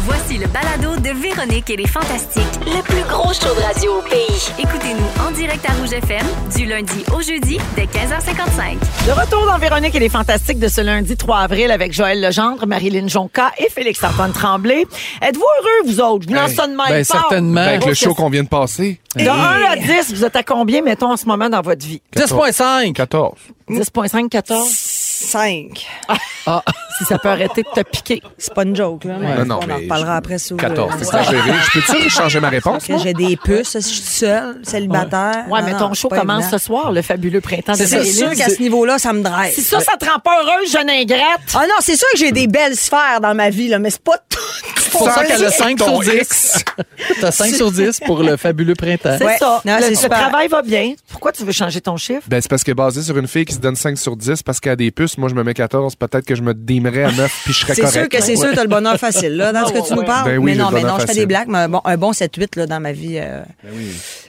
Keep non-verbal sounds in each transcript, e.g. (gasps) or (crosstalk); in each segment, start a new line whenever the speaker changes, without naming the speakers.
Voici le balado de Véronique et les Fantastiques.
Le plus gros show de radio au pays.
Écoutez-nous en direct à Rouge FM du lundi au jeudi dès 15h55.
De retour dans Véronique et les Fantastiques de ce lundi 3 avril avec Joël Legendre, Marilyn Jonca et Félix-Antoine Tremblay. Êtes-vous heureux, vous autres? Je vous lance ça de même.
ben,
Bon.
certainement.
Grosse
Ben,
Avec le show
question.
qu'on vient de passer.
De 1 à 10, vous êtes à combien, mettons, en ce moment dans votre vie?
10.5.
14.
Hmm.
10.5, 14?
5.
(laughs) Si ça peut arrêter de te piquer.
Ah. C'est pas une joke, là. mais
Non, non,
on en
mais
reparlera
je-
après sur.
14.
euh,
C'est exagéré. Je
(laughs)
peux-tu changer ma réponse?
que j'ai des puces, si je suis seule, célibataire.
Ouais,
Non,
mais
non,
ton
c'est
show
pas
commence
évident.
ce soir, le fabuleux printemps de
C'est sûr
Marilyn.
qu'à ce niveau-là, ça me drive.
Si ça, ça te rend pas heureuse, jeune ingrate.
Ah non, c'est sûr que j'ai des belles sphères dans ma vie, là, mais c'est pas tout. C'est
pour ça qu'elle a
ça.
5 sur 10. (laughs) T'as 5 sur 10 pour le fabuleux printemps.
C'est
Ouais.
ça.
Non,
le,
c'est
le
super.
travail va bien. Pourquoi tu veux changer ton chiffre?
Ben, c'est parce que basé sur une fille qui se donne 5 sur 10 parce qu'elle a des puces, moi je me mets 14, peut-être que je me démerais à 9 puis je serais
C'est
correct.
sûr que c'est sûr, t'as le bonheur facile, là, dans ce que tu nous parles.
Ben oui,
mais non,
j'ai le
mais non,
bonheur
je fais
facile.
des blagues, mais bon, un bon 7-8, là, dans ma vie. euh,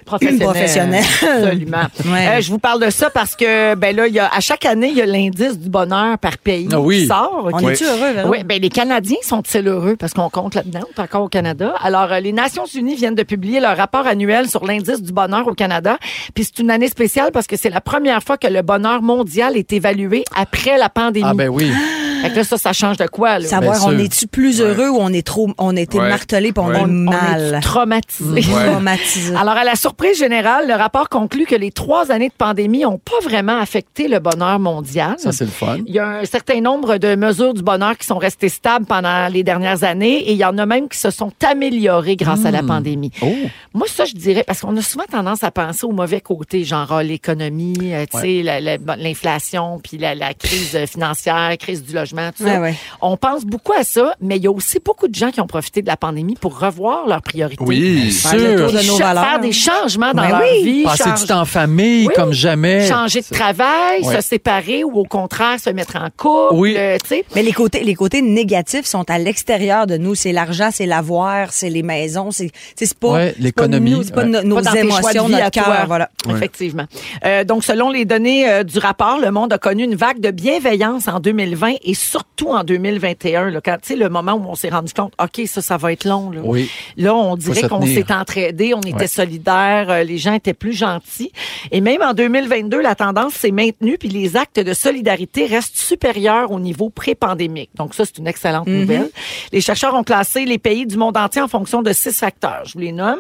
Professionnel.
Professionnel.
(laughs) Absolument.
Ouais.
Euh, je vous parle de ça parce que, ben là, il y a, à chaque année, il y a l'indice du bonheur par pays
Ah oui.
qui sort.
On
ok?
est-tu heureux, Véro?
Oui, ben les Canadiens sont-ils heureux parce qu'on compte là-dedans, on est encore au Canada. Alors, euh, les Nations Unies viennent de publier leur rapport annuel sur l'indice du bonheur au Canada. Puis c'est une année spéciale parce que c'est la première fois que le bonheur mondial est évalué après la pandémie.
Ah ben oui.
(gasps) Fait que là, ça, ça change de quoi, là?
Savoir,
Bien
on
sûr.
est-tu plus heureux ou on est trop, on a été
Ouais.
martelé puis on
Ouais.
est
On est
mal.
traumatisé. (laughs)
Traumatisé.
Alors, à la surprise générale, le rapport conclut que les trois années de pandémie n'ont pas vraiment affecté le bonheur mondial.
Ça, c'est le fun.
Il y a un certain nombre de mesures du bonheur qui sont restées stables pendant les dernières années et il y en a même qui se sont améliorées grâce à la pandémie.
Oh.
Moi, ça, je dirais, parce qu'on a souvent tendance à penser au mauvais côté, genre ah, l'économie, euh, tu sais, la- la- l'inflation, puis la, la crise financière, crise du logement, tout ça.
Ouais, ouais.
On pense beaucoup à ça, mais il y a aussi beaucoup de gens qui ont profité de la pandémie pour revoir leurs priorités.
Oui.
Faire le tour
Sûr.
de nos
Cha-
valeurs.
faire des changements dans
Ben
leur
oui.
vie,
Passer
change-
du temps en famille
Oui.
comme jamais.
changer de travail,
Ouais.
se séparer ou au contraire se mettre en couple,
Oui.
euh, tu sais.
Mais les côtés, les côtés négatifs sont à l'extérieur de nous. C'est l'argent, c'est l'avoir, c'est les maisons, c'est c'est c'est pas
Ouais,
c'est pas
l'économie,
nous, c'est pas
ouais.
no- nos
Pas dans tes choix de
émotions,
vie à
notre
toi.
cœur, voilà.
Effectivement. Euh, donc, selon les données euh, du rapport, le monde a connu une vague de bienveillance en 2020 et surtout en 2021, là, quand, tu sais, le moment où on s'est rendu compte, OK, ça, ça va être long. Là,
Oui.
là on
se
dirait qu'on
tenir.
s'est entraidés, on était
Ouais.
solidaires, euh, les gens étaient plus gentils. Et même en 2022, la tendance s'est maintenue, puis les actes de solidarité restent supérieurs au niveau pré-pandémique. Donc, ça, c'est une excellente
Mm-hmm.
nouvelle. Les chercheurs ont classé les pays du monde entier en fonction de six facteurs. Je vous les nomme.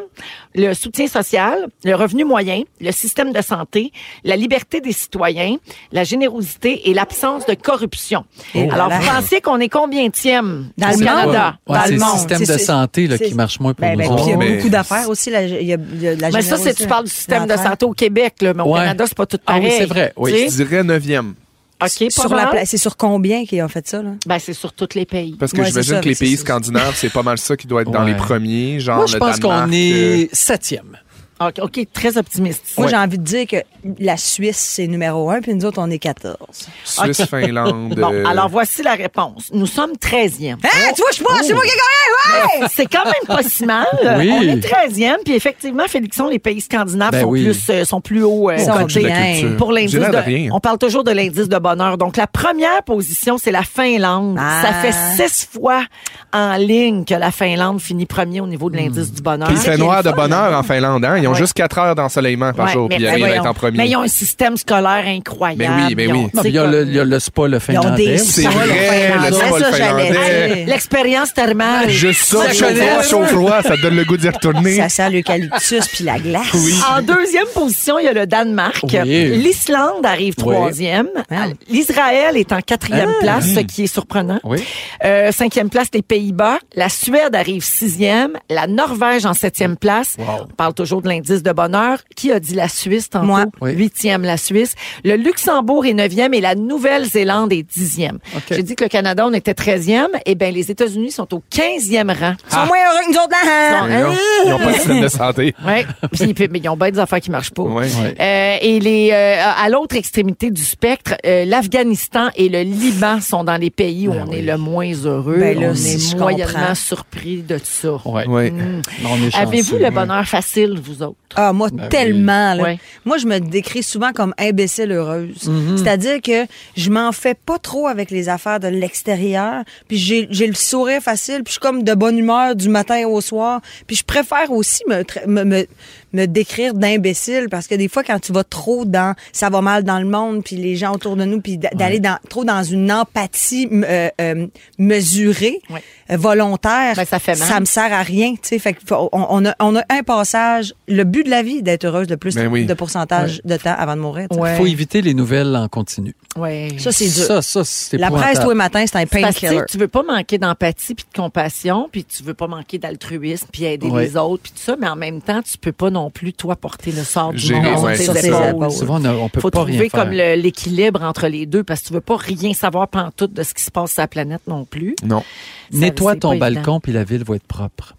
Le soutien social, le revenu moyen, le système de santé, la liberté des citoyens, la générosité et l'absence de corruption.
Oh.
Alors,
Voilà.
vous pensez qu'on est combien tième
Dans
au
le monde?
Canada?
Ouais,
dans
c'est
le
le
monde.
système
C'est-
de
c'est-
santé là,
c'est-
qui marche moins pour
Ben, ben,
nous.
puis il y a
autres.
mais-
beaucoup d'affaires aussi. là, Il y, a il y a de la
Mais ça, c'est tu parles du système de santé au Québec, là, mais au
Ouais.
Canada, c'est pas tout
Ah oui,
pareil.
c'est vrai, oui.
Tu
Je
sais?
dirais 9e.
OK, pas
Sur la
mal.
pla- c'est sur combien qu'ils ont fait ça là
Ben, c'est sur tous les pays.
Parce que
Ouais, c'est
j'imagine
ça,
que les
c'est-
pays
c'est-
scandinaves, c'est pas mal ça qui doit être dans
Ouais.
les premiers. Genre
Moi, je
le
pense qu'on
Danemark, euh,
est septième.
OK, OK, très optimiste.
Moi, j'ai envie de dire que la Suisse c'est numéro un, puis nous autres on est 14.
Suisse,
(laughs)
Finlande.
Bon,
euh,
alors voici la réponse. Nous sommes 13e.
Hein, tu vois, je suis pas, c'est moi qui ai gagné, ouais.
Oh. C'est quand même pas si mal.
Oui.
On est 13e, puis effectivement, Félixon, les pays scandinaves
Ben
sont,
oui.
plus, euh, sont plus hauts euh,
Ils sont
cotés.
bien.
culture.
Pour l'indice
J'ai l'air de
de-
rien.
on parle toujours de l'indice de bonheur. Donc, la première position, c'est la Finlande.
Ah.
Ça fait six fois en ligne que la Finlande finit premier au niveau de l'indice du bonheur.
Puis il fait noir de bonheur en Finlande. Hein? Ils ont
Ouais.
juste 4 heures d'ensoleillement par
Ouais, ben
jour. Puis ils arrivent à être
voyons.
en premier.
Mais ils ont un système scolaire incroyable.
Mais oui, mais
Ils ont,
oui.
tu
Non,
sais,
puis il y a
comme-
le- il y a le spa le
Ils ont
finlandais.
des
aussi.
C'est vrai,
Finlandais.
le spa, le
Ça, j'allais
finlandais.
dire.
L'expérience thermale.
Juste ça,
Ça
chaud froid,
connaît.
chaud froid, ça te donne le goût d'y retourner.
Ça sent l'eucalyptus puis la glace.
En deuxième position, il y a le Danemark.
Oui.
L'Islande arrive
Oui.
troisième.
Ah.
L'Israël est en quatrième place, ce qui est surprenant.
Oui.
Euh, cinquième place, les Pays-Bas. La Suède arrive sixième. La Norvège en septième place. On parle toujours de l'indice de bonheur. Qui a dit la Suisse tantôt?
Moi.
Oui.
Huitième, la Suisse. Le Luxembourg est neuvième et la Nouvelle-Zélande est dixième.
OK.
J'ai dit que le Canada, on était treizième. Eh bien, les États-Unis sont au quinzième rang.
Ils sont moins heureux que nous autres là.
Ah.
hein?
Ils ont- Ils n'ont pas de système de santé.
Ouais. Puis, puis- mais ils ont bien des affaires qui marchent pas.
Ouais.
Ouais.
Euh, et les euh, à l'autre extrémité du spectre, euh, l'Afghanistan et le Liban sont dans les pays où
Ben
on est le moins heureux.
Ben là,
on
si
est
je
moyennement
comprends.
surpris de ça.
Ouais.
Ouais.
On est chanceux.
Avez-vous le bonheur facile, vous autres.
Ah, moi,
Ben oui.
tellement. là.
Ouais.
Moi, je me décris souvent comme imbécile heureuse.
Mm-hmm.
C'est-à-dire que je m'en fais pas trop avec les affaires de l'extérieur. Puis j'ai j'ai le sourire facile. Puis je suis comme de bonne humeur du matin au soir. Puis je préfère aussi me, tra- me, me, me décrire d'imbécile parce que des fois, quand tu vas trop dans ça va mal dans le monde, puis les gens autour de nous, puis d'a- d'aller dans, trop dans une empathie m- euh, euh, mesurée,
Ouais.
euh, volontaire,
Ben, ça fait mal.
me sert à rien. tu sais. Fait que faut- on, on a, on a un passage. Le but de la vie, d'être heureuse le plus
Ben oui.
de pourcentage de temps avant de mourir. tu sais.
faut éviter les nouvelles en continu.
Ouais.
Ça, c'est dur.
Ça, ça, c'est
la presse,
épouvantable.
tous les matins, c'est un
Parce que tu
painkiller.
sais, tu veux pas manquer d'empathie puis de compassion, puis tu veux pas manquer d'altruisme puis aider
Ouais.
les autres puis tout ça, mais en même temps, tu peux pas non plus toi porter le sort du
Gérer,
monde
ouais,
sur
sur
tes
ses
épaules.
épaules.
Souvent, on ne- on peut
faut
pas rien
trouver
faire.
comme le- l'équilibre entre les deux parce que tu veux pas rien savoir pantoute de ce qui se passe sur la planète non plus.
Non.
Ça,
Nettoie
c'est
ton
pas évident.
balcon, puis la ville va être propre.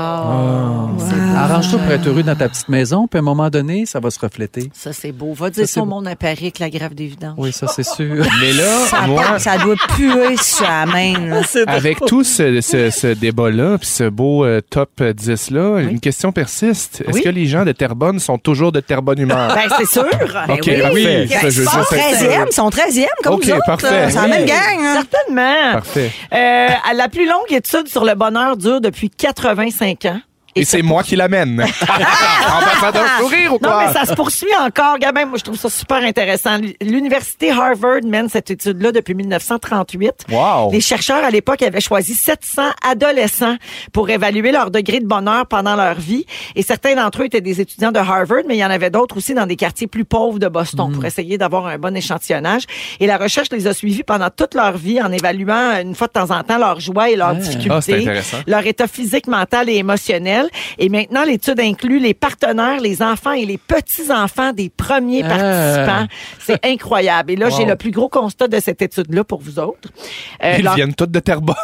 Ah, c'est beau.
Arrange-toi pour être heureux dans ta petite maison, puis à un moment donné, ça va se refléter.
Ça, c'est beau. Va dire ça,
c'est
au
beau.
monde à Paris avec la grave des vidanges.
Oui, ça, c'est sûr.
Mais là, moi,
Ça doit puer sur la main. là.
(laughs) avec tout ce, ce- ce débat-là, puis ce beau euh, top 10-là, une question persiste. Est-ce
Oui.
que les gens de Terrebonne sont toujours de Terrebonne humeur?
Ben, c'est sûr. Ben
OK,
oui.
parfait.
Ils
Ça, je-
sont
ça, c'est-
13e, ils sont 13e comme
OK,
nous autres,
parfait.
là. C'est la
Oui.
même gang. hein.
Certainement.
Parfait.
Euh, à la plus longue étude sur le bonheur dure depuis 85 ans. Ah!
Et c'est
(laughs)
moi qui l'amène. en passant d'un sourire ou
Non,
quoi?
mais ça se poursuit encore. Gabin, moi, je trouve ça super intéressant. L'université Harvard mène cette étude-là depuis 1938.
Wow.
Les chercheurs, à l'époque, avaient choisi 700 adolescents pour évaluer leur degré de bonheur pendant leur vie. Et certains d'entre eux étaient des étudiants de Harvard, mais il y en avait d'autres aussi dans des quartiers plus pauvres de Boston
Mm.
pour essayer d'avoir un bon échantillonnage. Et la recherche les a suivis pendant toute leur vie en évaluant euh, une fois de temps en temps leur joie et leurs
Ah, c'est
difficultés,
intéressant.
leur état physique, mental et émotionnel. Et maintenant, l'étude inclut les partenaires, les enfants et les petits-enfants des premiers
Ah.
participants. C'est incroyable. Et là, j'ai
Wow.
le plus gros constat de cette étude-là pour vous autres. Euh,
Ils
leur- (laughs)
viennent tous de Terrebonne.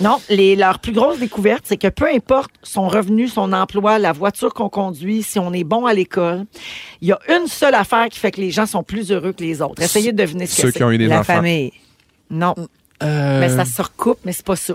non, les, leur plus grosse découverte, c'est que peu importe son revenu, son emploi, la voiture qu'on conduit, si on est bon à l'école, il y a une seule affaire qui fait que les gens sont plus heureux que les autres. Essayez de deviner ce
Ceux
que
qui
c'est.
ont eu des
La
enfants.
famille.
Non,
Euh,
mais ça se recoupe, mais c'est pas ça.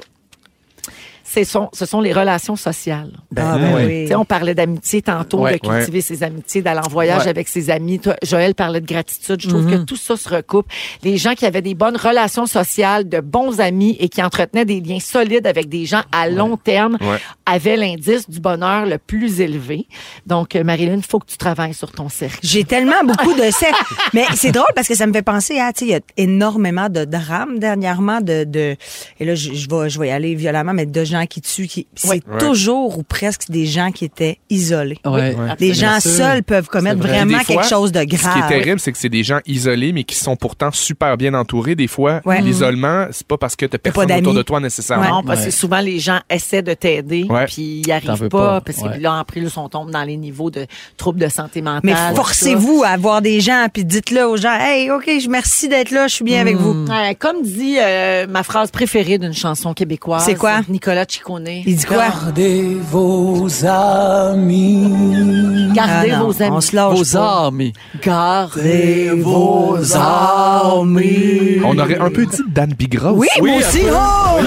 C'est son- ce sont les relations sociales.
Ah,
ben oui.
Tu sais, On parlait d'amitié tantôt,
Ouais,
de cultiver ses amitiés, d'aller en voyage
Ouais. Mhm.
avec ses amis. Toi, Joël parlait de gratitude. Je trouve que tout ça se recoupe. Les gens qui avaient des bonnes relations sociales, de bons amis et qui entretenaient des liens solides avec des gens à long terme
Ouais.
avaient l'indice du bonheur le plus élevé. Donc, euh, Marilyn, il faut que tu travailles sur ton cercle.
J'ai tellement beaucoup de sexe. (laughs) Mais c'est drôle parce que ça me fait penser à, tu sais, il y a énormément de drames dernièrement de, de et là, je, je vais, je vais y aller violemment, mais de gens qui tuent, qui, c'est
Oui.
toujours ou presque des gens qui étaient isolés.
Ouais.
Les
Bien
gens
sûr.
seuls peuvent commettre
C'est vrai.
Puis
vraiment
des fois,
quelque chose de
Ce qui est
grave.
terrible, c'est que c'est des gens isolés, mais qui sont pourtant super bien entourés. Des fois, Mm-hmm.
Ouais.
l'isolement, c'est pas parce que t'as
pas
personne autour
d'amis.
de toi nécessairement.
Non, parce que
Ouais.
souvent, les gens essaient de t'aider,
Ouais.
puis ils
T'en
arrivent
veux
pas,
pas,
parce que
ouais.
là, en plus, on tombe dans les niveaux de troubles de santé mentale.
Mais
tout Ah, ça.
forcez-vous à voir des gens puis dites-le aux gens, hey, ok, je merci d'être là, je suis
Mm.
bien avec vous.
Ouais, comme dit euh, ma phrase préférée d'une chanson québécoise.
C'est quoi?
Nicolas Ciccone.
Il dit quoi?
Gardez vos amis.
Gardez
Ah non,
vos amis.
On se lâche
Vos
pas.
amis.
Gardez
vos
Ah,
amis.
On aurait un peu dit Dan Bigra
Oh, Oui,
aussi.
moi aussi. oh!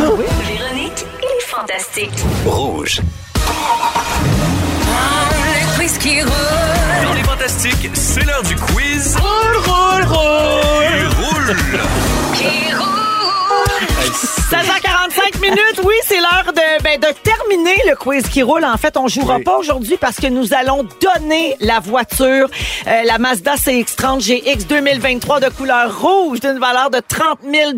Véronique et les Fantastiques.
Rouge. Dans les fantastiques, c'est l'heure du quiz. Roule, roule, roule. Roule.
16h45 minutes, oui, c'est l'heure de, ben, de terminer le quiz qui roule. En fait, on jouera pas aujourd'hui parce que nous allons donner la voiture, euh, la Mazda CX-30 GX 2023 de couleur rouge d'une valeur de 30 000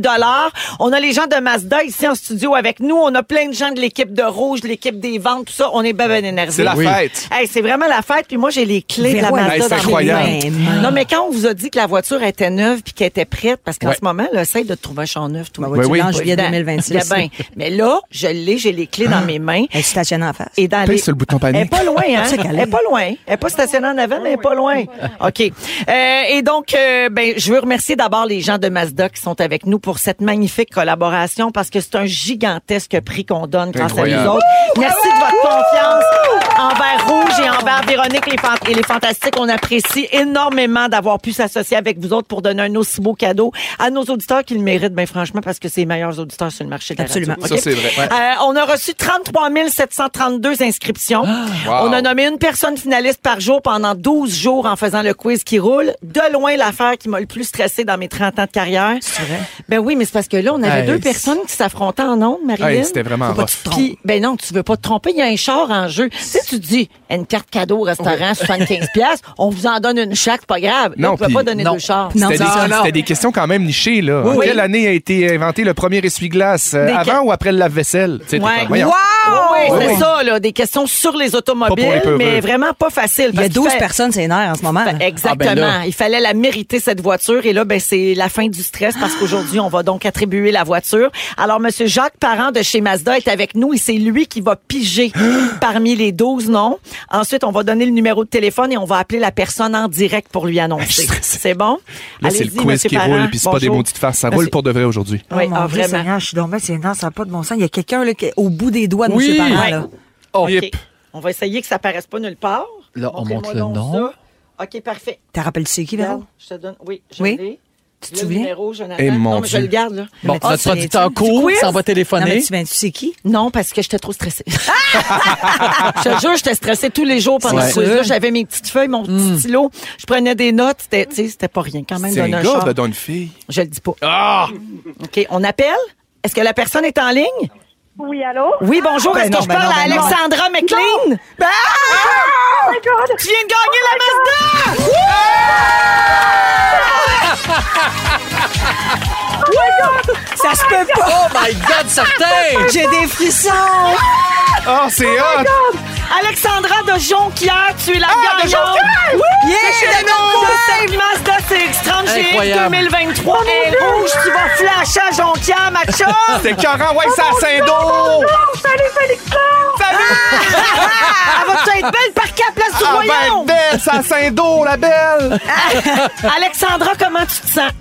On a les gens de Mazda ici en studio avec nous. On a plein de gens de l'équipe de rouge, de l'équipe des ventes, tout ça. On est ben, ben énervés.
C'est la
Oui.
fête.
Hey, c'est vraiment la fête, puis moi j'ai les clés de la
Véro, elle-
Hey,
Mazda
c'est
dans mes
incroyable.
mains. Non, mais quand on vous a dit que la voiture était neuve puis qu'elle était prête, parce qu'en
Ouais.
ce moment, là, essaye de trouver un champ neuf, tout le
Ben
monde.
oui, tu
Bah oui.
l'as en
Pas
juillet
évident.
2026.
Eh ben, mais là, je l'ai, j'ai les clés dans mes mains.
Ah, Elle est stationnée en face.
Et dans
Pèse
les...
sur le bouton
Elle
panique.
est pas loin, hein?
C'est ça qu'elle
Elle est
est.
pas loin. Elle est pas stationnée en avant, mais elle est pas loin. OK. Euh, et donc, euh, ben, je veux remercier d'abord les gens de Mazda qui sont avec nous pour cette magnifique collaboration parce que c'est un gigantesque prix qu'on donne grâce à
Incroyable.
nous autres. Merci de votre confiance. envers Rouge et envers Véronique les Fant- et les Fantastiques. On apprécie énormément d'avoir pu s'associer avec vous autres pour donner un aussi beau cadeau à nos auditeurs qu'ils le méritent, bien franchement, parce que c'est les meilleurs auditeurs sur le marché de la radio.
Absolument.
Ça,
OK?
c'est vrai. Ouais.
Euh, on a reçu 33 732 inscriptions.
Ah, wow.
On a nommé une personne finaliste par jour pendant 12 jours en faisant le quiz qui roule. De loin, l'affaire qui m'a le plus stressé dans mes 30 ans de carrière. C'est vrai? Ben oui, mais c'est parce que là, on avait
Hey,
deux
c'est-
personnes qui s'affrontaient en ondes, Marilyn.
Hey, c'était vraiment
Faut pas
rough.
que tu te trompes. Puis, ben non, tu veux pas te tromper, il y a un char en jeu. Tu sais, tu te dis, une carte cadeau au restaurant, 75 pièces, on vous en donne une chaque, c'est pas grave.
Non,
on peut
puis-
pas donner
non.
deux chars.
Non,
C'était des,
non,
c'était des questions quand même nichées, là.
Oui.
Quelle année a été inventé le premier essuie-glace? euh,
Des
avant
ca-
ou après le lave-vaisselle? Tu sais, t'es
Ouais.
comme, voyons.
Wow!
Oui,
Oui,
c'est
oui.
ça, là, des questions sur
Pas
les
pour les
automobiles,
peureux.
mais vraiment pas facile.
Il y a
parce qu'il
12
fait-
personnes, c'est nerf en ce moment. là.
Exactement.
Ah, ben là.
Il fallait la mériter, cette voiture. Et là, ben, c'est la fin du stress parce
Ah!
qu'aujourd'hui, on va donc attribuer la voiture. Alors, Monsieur Jacques Parent de chez Mazda est avec nous et c'est lui qui va
(gasps)
piger parmi les 12 noms. Ensuite, on va donner le numéro de téléphone et on va appeler la personne en direct pour lui
Ah,
annoncer. C'est bon?
Là, c'est le
Allez-y,
quiz
Monsieur
qui
Parent.
roule, puis c'est pas des
Bonjour.
maudites farces. Ça
Monsieur-
roule pour de vrai aujourd'hui.
Oui,
Oh, mon
ah,
Dieu
vraiment.
Seigneur, je suis donc bien, c'est non, ça n'a pas de bon sens. Il y a quelqu'un là, qui est au bout des doigts de
Oui.
M. Parent.
Ouais.
Là.
Oh,
OK. On va essayer que ça paraisse pas nulle part.
Là, on
Montrez-moi
montre le
donc
nom.
ça. OK, parfait.
T'as rappelé c'est qui, Véro?
Regarde, je te donne. Oui, je
Oui?
l'ai.
Tu te
Le
souviens? Ah,
numéro, Jonathan.
Eh, mon
non, mais je
Dieu.
le garde, là.
Bon,
tu
notre
sais,
auditeur
tu-
court,
quiz?
s'en va
Non, mais
téléphoner.
tu, ben, tu sais qui?
Non, parce que j'étais trop stressée. (laughs) je te jure, j'étais stressée tous les jours pendant
Ouais.
ce là J'avais mes petites feuilles, mon petit
Hmm.
stylo. Je prenais des notes. C'était, tu sais, c'était pas rien quand même.
C'est
donner
un
char.
gars, ben, donne une fille.
Je le dis pas.
Ah!
OK, on appelle? Est-ce que la personne est en ligne?
Oui, allô?
Oui, bonjour.
Ben
Est-ce que
non,
je
ben
parle
non,
à
ben non.
Alexandra McLean? Ben,
Oh my God!
tu viens de gagner
Oh
la Mazda! Ah!
Oh
Ça se peut pas!
Oh my God, certain!
J'ai des frissons!
Ah, c'est hot!
Oh
Ah,
Alexandra de Jonquière, tu es la gagnante! Wouh!
Yeah,
Je suis
de
la
notre
gagnante de Save Mazda CX30 GX
Incroyable.
2023. Et rouge, tu vas flasher à Jonquière, ma chum!
(laughs) C'est carré, ouais, ça à Saint-Dô!
Oh, salut, Félix Claude!
Ah, Elle va-tu être belle par à place du
Ah, ben,
royaume?
belle, ça à Saint-Dô, la belle!
(laughs) Alexandra, comment tu te sens?
(laughs)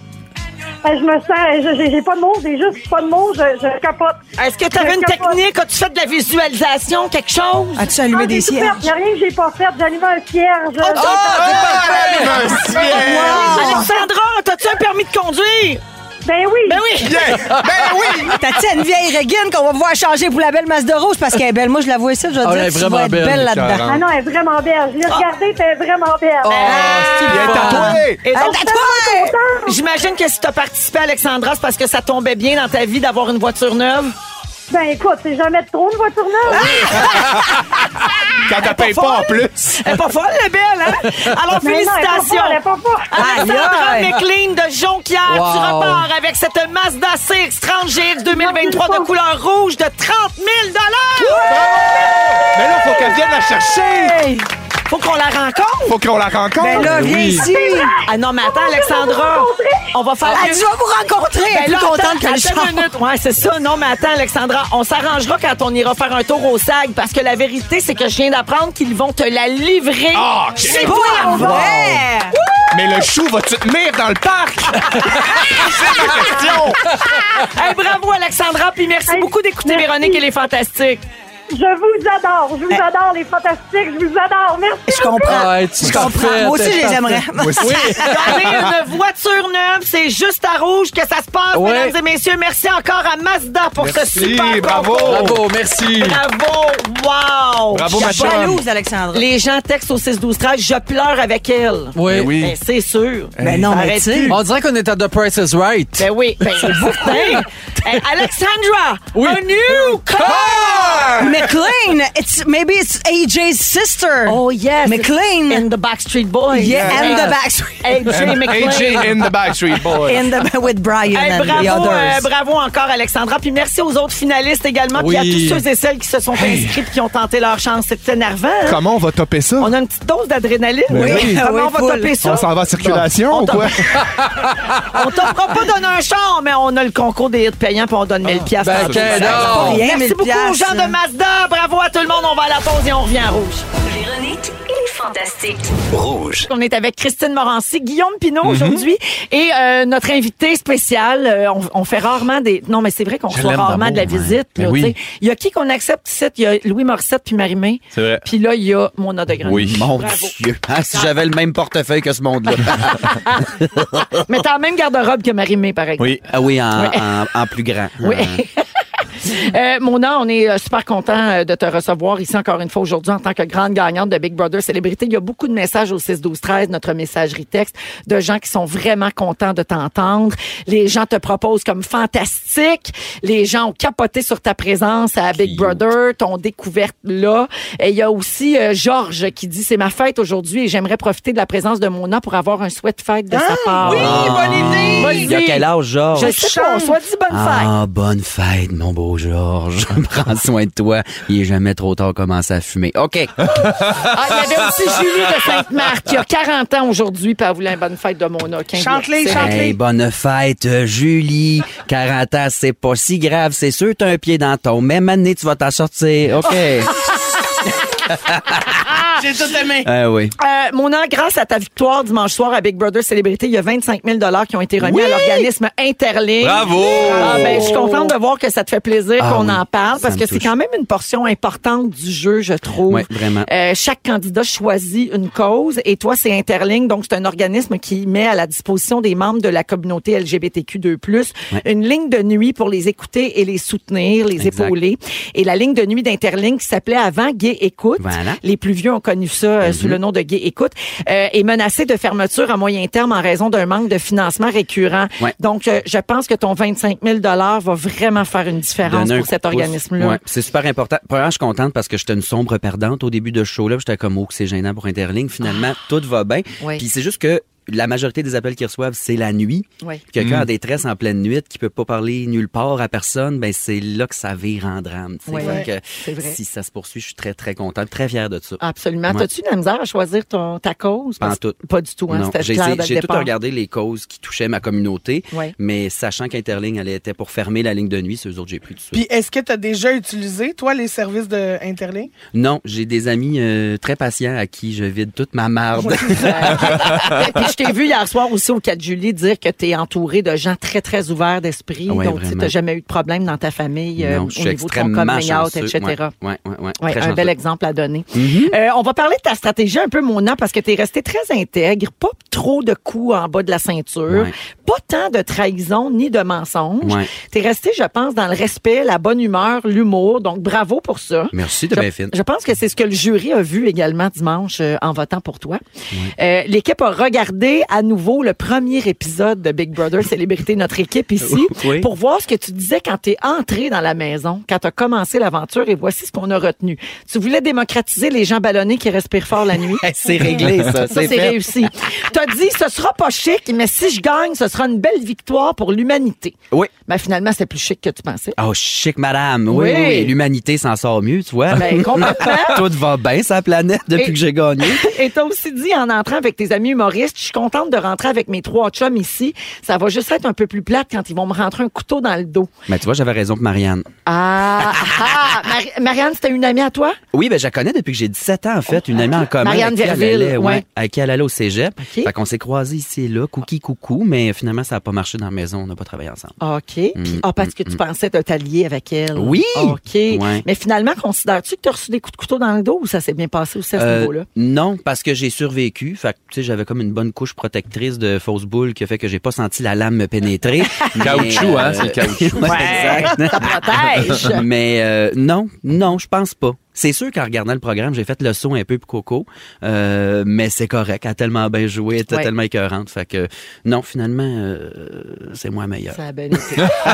Ben, je me sens, je- j'ai- j'ai pas de mots, j'ai juste pas de mots, je, je capote.
Est-ce que tu avais
Je
une
capote.
technique? As-tu fait de la visualisation, quelque chose? Oh,
As-tu allumé
Ah,
des
j'ai tout
cierges?
fait, y a rien que j'ai pas fait, j'ai allumé un cierge.
Ah, un ciel!
Alexandra, as-tu un permis de conduire?
Ben oui!
Ben oui!
Yeah! Ben oui!
(laughs) T'as-tu une vieille Regan qu'on va voir changer pour la belle masse de rose parce qu'elle est belle? Moi, je la vois ici, je vais
Ah,
te
elle est
dire, tu
vraiment
vas être
belle,
belle là-dedans.
Caroline.
Ah non, elle est vraiment belle. Je l'ai regardée, puis elle est vraiment belle.
Ah!
Il est tatoué!
Et donc,
Attends, toi!
J'imagine que si tu as participé, Alexandra, c'est parce que ça tombait bien dans ta vie d'avoir une voiture neuve.
Ben écoute, c'est jamais trop une voiture neuve.
Ah!
Quand t'as payé pas en plus!
Elle est pas folle, la belle, hein? (laughs) Alors,
Mais non, elle est pas folle, Elle est
félicitations!
pas folle.
Alexandra
Aïe, aïe.
McLean de Jonquière, tu
Wow.
repars avec cette Mazda CX-30 GX 2023 de couleur rouge de 30 000
Mais là, faut qu'elle vienne la chercher!
Hey! Faut qu'on la rencontre!
Faut qu'on la rencontre!
Ben là,
Ben
viens
oui.
ici!
Ah non, mais attends, Alexandra, on va faire...
Ah, tu vas vous rencontrer! Elle est
Ben
plus
là,
contente que
attends,
le
attends
char.
une minute. Ouais, c'est ça. Non, mais attends, Alexandra, on s'arrangera quand on ira faire un tour au SAG parce que la vérité, c'est que je viens d'apprendre qu'ils vont te la livrer.
Ah, ok.
C'est toi!
Ouais!
Mais le chou va-tu tenir dans le parc? C'est ma question!
(laughs) Hey, bravo, Alexandra, puis merci
Hey,
beaucoup d'écouter
merci.
Véronique et les Fantastiques.
Je vous adore. Je vous adore, les fantastiques. Je vous adore. Merci.
Je comprends.
Ouais, tu
je comprends.
parfait,
Moi aussi,
t'es
je les
parfait.
aimerais.
Gagner une voiture neuve, c'est juste à rouge que ça se passe,
Ouais.
mesdames et messieurs. Merci encore à Mazda pour ce
Merci,
super
bravo.
concours.
Bravo, merci.
Bravo, wow!
Bravo,
Je
ma
suis
chum!
jalouse, Alexandra.
Les gens textent au 6-12-13, je pleure avec elle.
Oui.
Ben oui.
Ben, c'est sûr.
Ben non, mais
Arrête
tu sais.
plus.
On dirait qu'on est à The Price is Right.
Ben oui,
(laughs)
ben c'est certain. (laughs) Hey, Alexandra,
Oui.
a new car!
McLean, it's, maybe it's AJ's sister.
Oh yes,
McLean.
in the Backstreet Boys.
yeah, and the
Hey,
backstreet. (laughs)
AJ McLean.
AJ in the Backstreet Boy.
In the, with Brian
Hey,
and the
bravo, euh,
others.
bravo encore, Alexandra. Puis merci aux autres finalistes également. Puis
Oui.
à tous ceux et celles qui se sont inscrits puis qui ont tenté leur chance. C'est énervant. hein?
Comment on va topper ça? Ben
On a une petite dose d'adrénaline.
oui.
Comment on va
Oui, full.
taper ça?
On s'en va en circulation ou quoi?
On t'offre pas donner un char, mais on a le concours des hits payants puis on donne 1000 piastres.
Ben,
Ah,
par jour.
qu'est-ce
Pas
donc?
rien,
Merci
1000
beaucoup aux gens
piastres.
de Mazda. Bravo à tout le monde. On va à la pause et on revient en rouge.
Véronique et les
fantastique.
Oh.
Rouge.
On est avec Christine Morancy, Guillaume Pinot
Mhm.
aujourd'hui et euh, notre invité spécial. euh, on, on fait rarement des. Non, mais c'est vrai qu'on
Je
reçoit
l'aime
rarement de la
d'amour, ouais.
visite.
Ben
là,
oui.
tu sais. Il y a qui qu'on accepte ici? Il y a Louis Morissette puis Marie-Mé.
C'est vrai.
Puis là, il y a mon de grand.
Oui, mon
Bravo.
Dieu. Ah, si j'avais le même portefeuille que ce monde-là.
(laughs) Mais t'as la même garde-robe que Marie-Mé, par exemple.
oui, ah oui, en,
Ouais.
en- en plus grand.
Oui.
Euh,
Euh, Mona, on est euh, super content euh, de te recevoir ici encore une fois aujourd'hui en tant que grande gagnante de Big Brother Célébrité. Il y a beaucoup de messages au 6 12 13 notre messagerie texte, de gens qui sont vraiment contents de t'entendre. Les gens te proposent comme fantastique. Les gens ont capoté sur ta présence à Big
Cute.
Brother, t'ont découverte là. Et il y a aussi euh, Georges qui dit c'est ma fête aujourd'hui et j'aimerais profiter de la présence de Mona pour avoir un souhait de fête de sa part. Oui, bonne idée.
Ah. Il y a quel âge, Georges?
Je sais pas, on soit dit bonne fête.
Ah, bonne fête, mon beau Georges. Prends soin de toi. Il est jamais trop tard de commencer à fumer.
(laughs)
OK.
Ah, il y avait aussi Julie de Sainte-Marthe, qui a 40 ans aujourd'hui, puis elle voulait une bonne fête de Mona.
Chante-les, chante-
Hey, bonne fête, euh, Julie. 40 ans, c'est pas si grave. C'est sûr, t'as un pied dans ton. Même année, tu vas t'en sortir. OK.
(laughs)
(laughs)
J'ai tout aimé.
Ah oui.
Euh, Mona, grâce à ta victoire dimanche soir à Big Brother Célébrité, il y a 25 000 qui ont été remis à l'organisme Interling.
Bravo!
Ah, ben, je suis contente de voir que ça te fait plaisir
Ah
qu'on
oui,
en parle
ça
parce
me
que c'est
touche.
quand même une portion importante du jeu, je trouve.
Ouais, vraiment.
Euh, chaque candidat choisit une cause et toi, c'est Interling, donc c'est un organisme qui met à la disposition des membres de la communauté LGBTQ2+, une ligne de nuit pour les écouter et les soutenir, les
Exact.
épauler. Et la ligne de nuit d'Interling qui s'appelait avant Gay Écoute.
Voilà. Ben
Les plus vieux ont connu ça euh, sous le nom de Gay Écoute euh, est menacée de fermeture à moyen terme en raison d'un manque de financement récurrent.
Ouais.
Donc, euh, je pense que ton 25 000 va vraiment faire une différence
Donner un
pour
coup
cet
de pouce.
organisme-là.
Ouais, c'est super important. Premièrement, je suis contente parce que j'étais une sombre perdante au début de ce show-là. J'étais comme, oh, que c'est gênant pour Interling. Finalement,
Ah!
tout va bien.
Oui.
Puis c'est juste que la majorité des appels qu'ils reçoivent, c'est la nuit.
Oui.
Puis
Mm.
Quelqu'un en détresse en pleine nuit qui peut pas parler nulle part à personne, ben c'est là que ça vire en drame. tu sais.
Oui.
Fait que
C'est vrai.
Si ça se poursuit, je suis très, très contente, très fière de ça.
Absolument.
Ouais.
T'as-tu de la misère à choisir ton, ta cause?
Pas en
Parce-
tout.
Pas du tout, hein?
Non,
C'était
j'ai
clair
essayé-
dès le
j'ai tout
départ.
regardé les causes qui touchaient ma communauté,
Ouais.
mais sachant qu'Interling elle était pour fermer la ligne de nuit, c'est eux autres que j'ai pris tout de suite.
Puis est-ce que tu as déjà utilisé, toi, les services de Interlink?
Non, j'ai des amis euh, très patients à qui je vide toute ma marde. (laughs)
Euh, Puis je t'ai vu hier soir aussi au 4 juillet dire que t'es entouré de gens très, très ouverts d'esprit.
Ouais,
donc, tu sais,
vraiment.
t'as jamais eu de problème dans ta famille euh,
non,
au
je suis
niveau de ton
extrêmement
coming out,
chanceux.
etc.
Ouais, ouais, ouais,
Ouais,
très Mm-hmm.
un
chanceux.
bel exemple à donner. Euh, on va parler de ta stratégie un peu, Mona, parce que tu es restée très intègre, pas trop de coups en bas de la ceinture,
Ouais.
pas tant de trahison ni de mensonges.
Ouais.
Tu es restée, je pense, dans le respect, la bonne humeur, l'humour. Donc, bravo pour ça.
Merci de bien fine.
Je pense que c'est ce que le jury a vu également dimanche euh, en votant pour toi. Euh, L'équipe a regardé à nouveau le premier épisode de Big Brother Célébrité, notre équipe ici,
(laughs) Oui.
pour voir ce que tu disais quand tu es entré dans la maison, quand tu as commencé l'aventure, et voici ce qu'on a retenu. Tu voulais démocratiser les gens ballonnés qui respirent fort la nuit.
Hey, (laughs) c'est réglé, ça.
Ça,
c'est
c'est
fait.
réussi. T'as dit, ce sera pas chic, mais si je gagne, ce sera une belle victoire pour l'humanité.
Oui.
Ben, finalement, c'est plus chic que tu pensais.
Oh, chic, madame. Oui,
Oui.
oui, oui. l'humanité s'en sort mieux, tu vois.
Ben, complètement.
(laughs) Tout va bien, sa planète, depuis
Et-
que j'ai gagné.
(laughs) Et t'as aussi dit en entrant avec tes amis humoristes, je suis contente de rentrer avec mes trois chums ici. Ça va juste être un peu plus plate quand ils vont me rentrer un couteau dans le dos.
Mais tu vois, j'avais raison pour Marianne.
Ah, ah, ah. (laughs) Mari- Marianne, c'était une amie à toi?
Oui, ben, je la connais depuis que j'ai 17 ans, en fait, une amie en commun.
Marianne
à qui elle
Verville,
allait- ouais,
ouais.
À qui elle allait au cégep.
OK.
Fait qu'on s'est croisés ici et là, cookie coucou, mais finalement, ça n'a pas marché dans la maison, on n'a pas travaillé ensemble.
OK. Puis, ah, parce que tu pensais te t'allier avec elle.
Mm, Oui.
OK.
Ouais.
Mais finalement, considères-tu que t'as reçu des coups de couteau dans le dos ou ça s'est bien passé aussi à ce
Euh,
niveau-là?
non, parce que j'ai survécu. Fait que, tu sais, j'avais comme une bonne couche protectrice de fausse boule qui a fait que j'ai pas senti la lame me
(laughs)
pénétrer. Mais,
Caoutchouc, hein,
euh,
c'est
(laughs)
le caoutchouc.
(laughs) ouais,
Ça protège.
exact. Mais euh, non, non, je pense pas. C'est sûr qu'en regardant le programme, j'ai fait le saut un peu pour Coco, euh, mais c'est correct. Elle a tellement bien joué, elle était
Ouais.
tellement écœurante. Fait que non, finalement, euh, c'est moi meilleur.
Ça a bien été.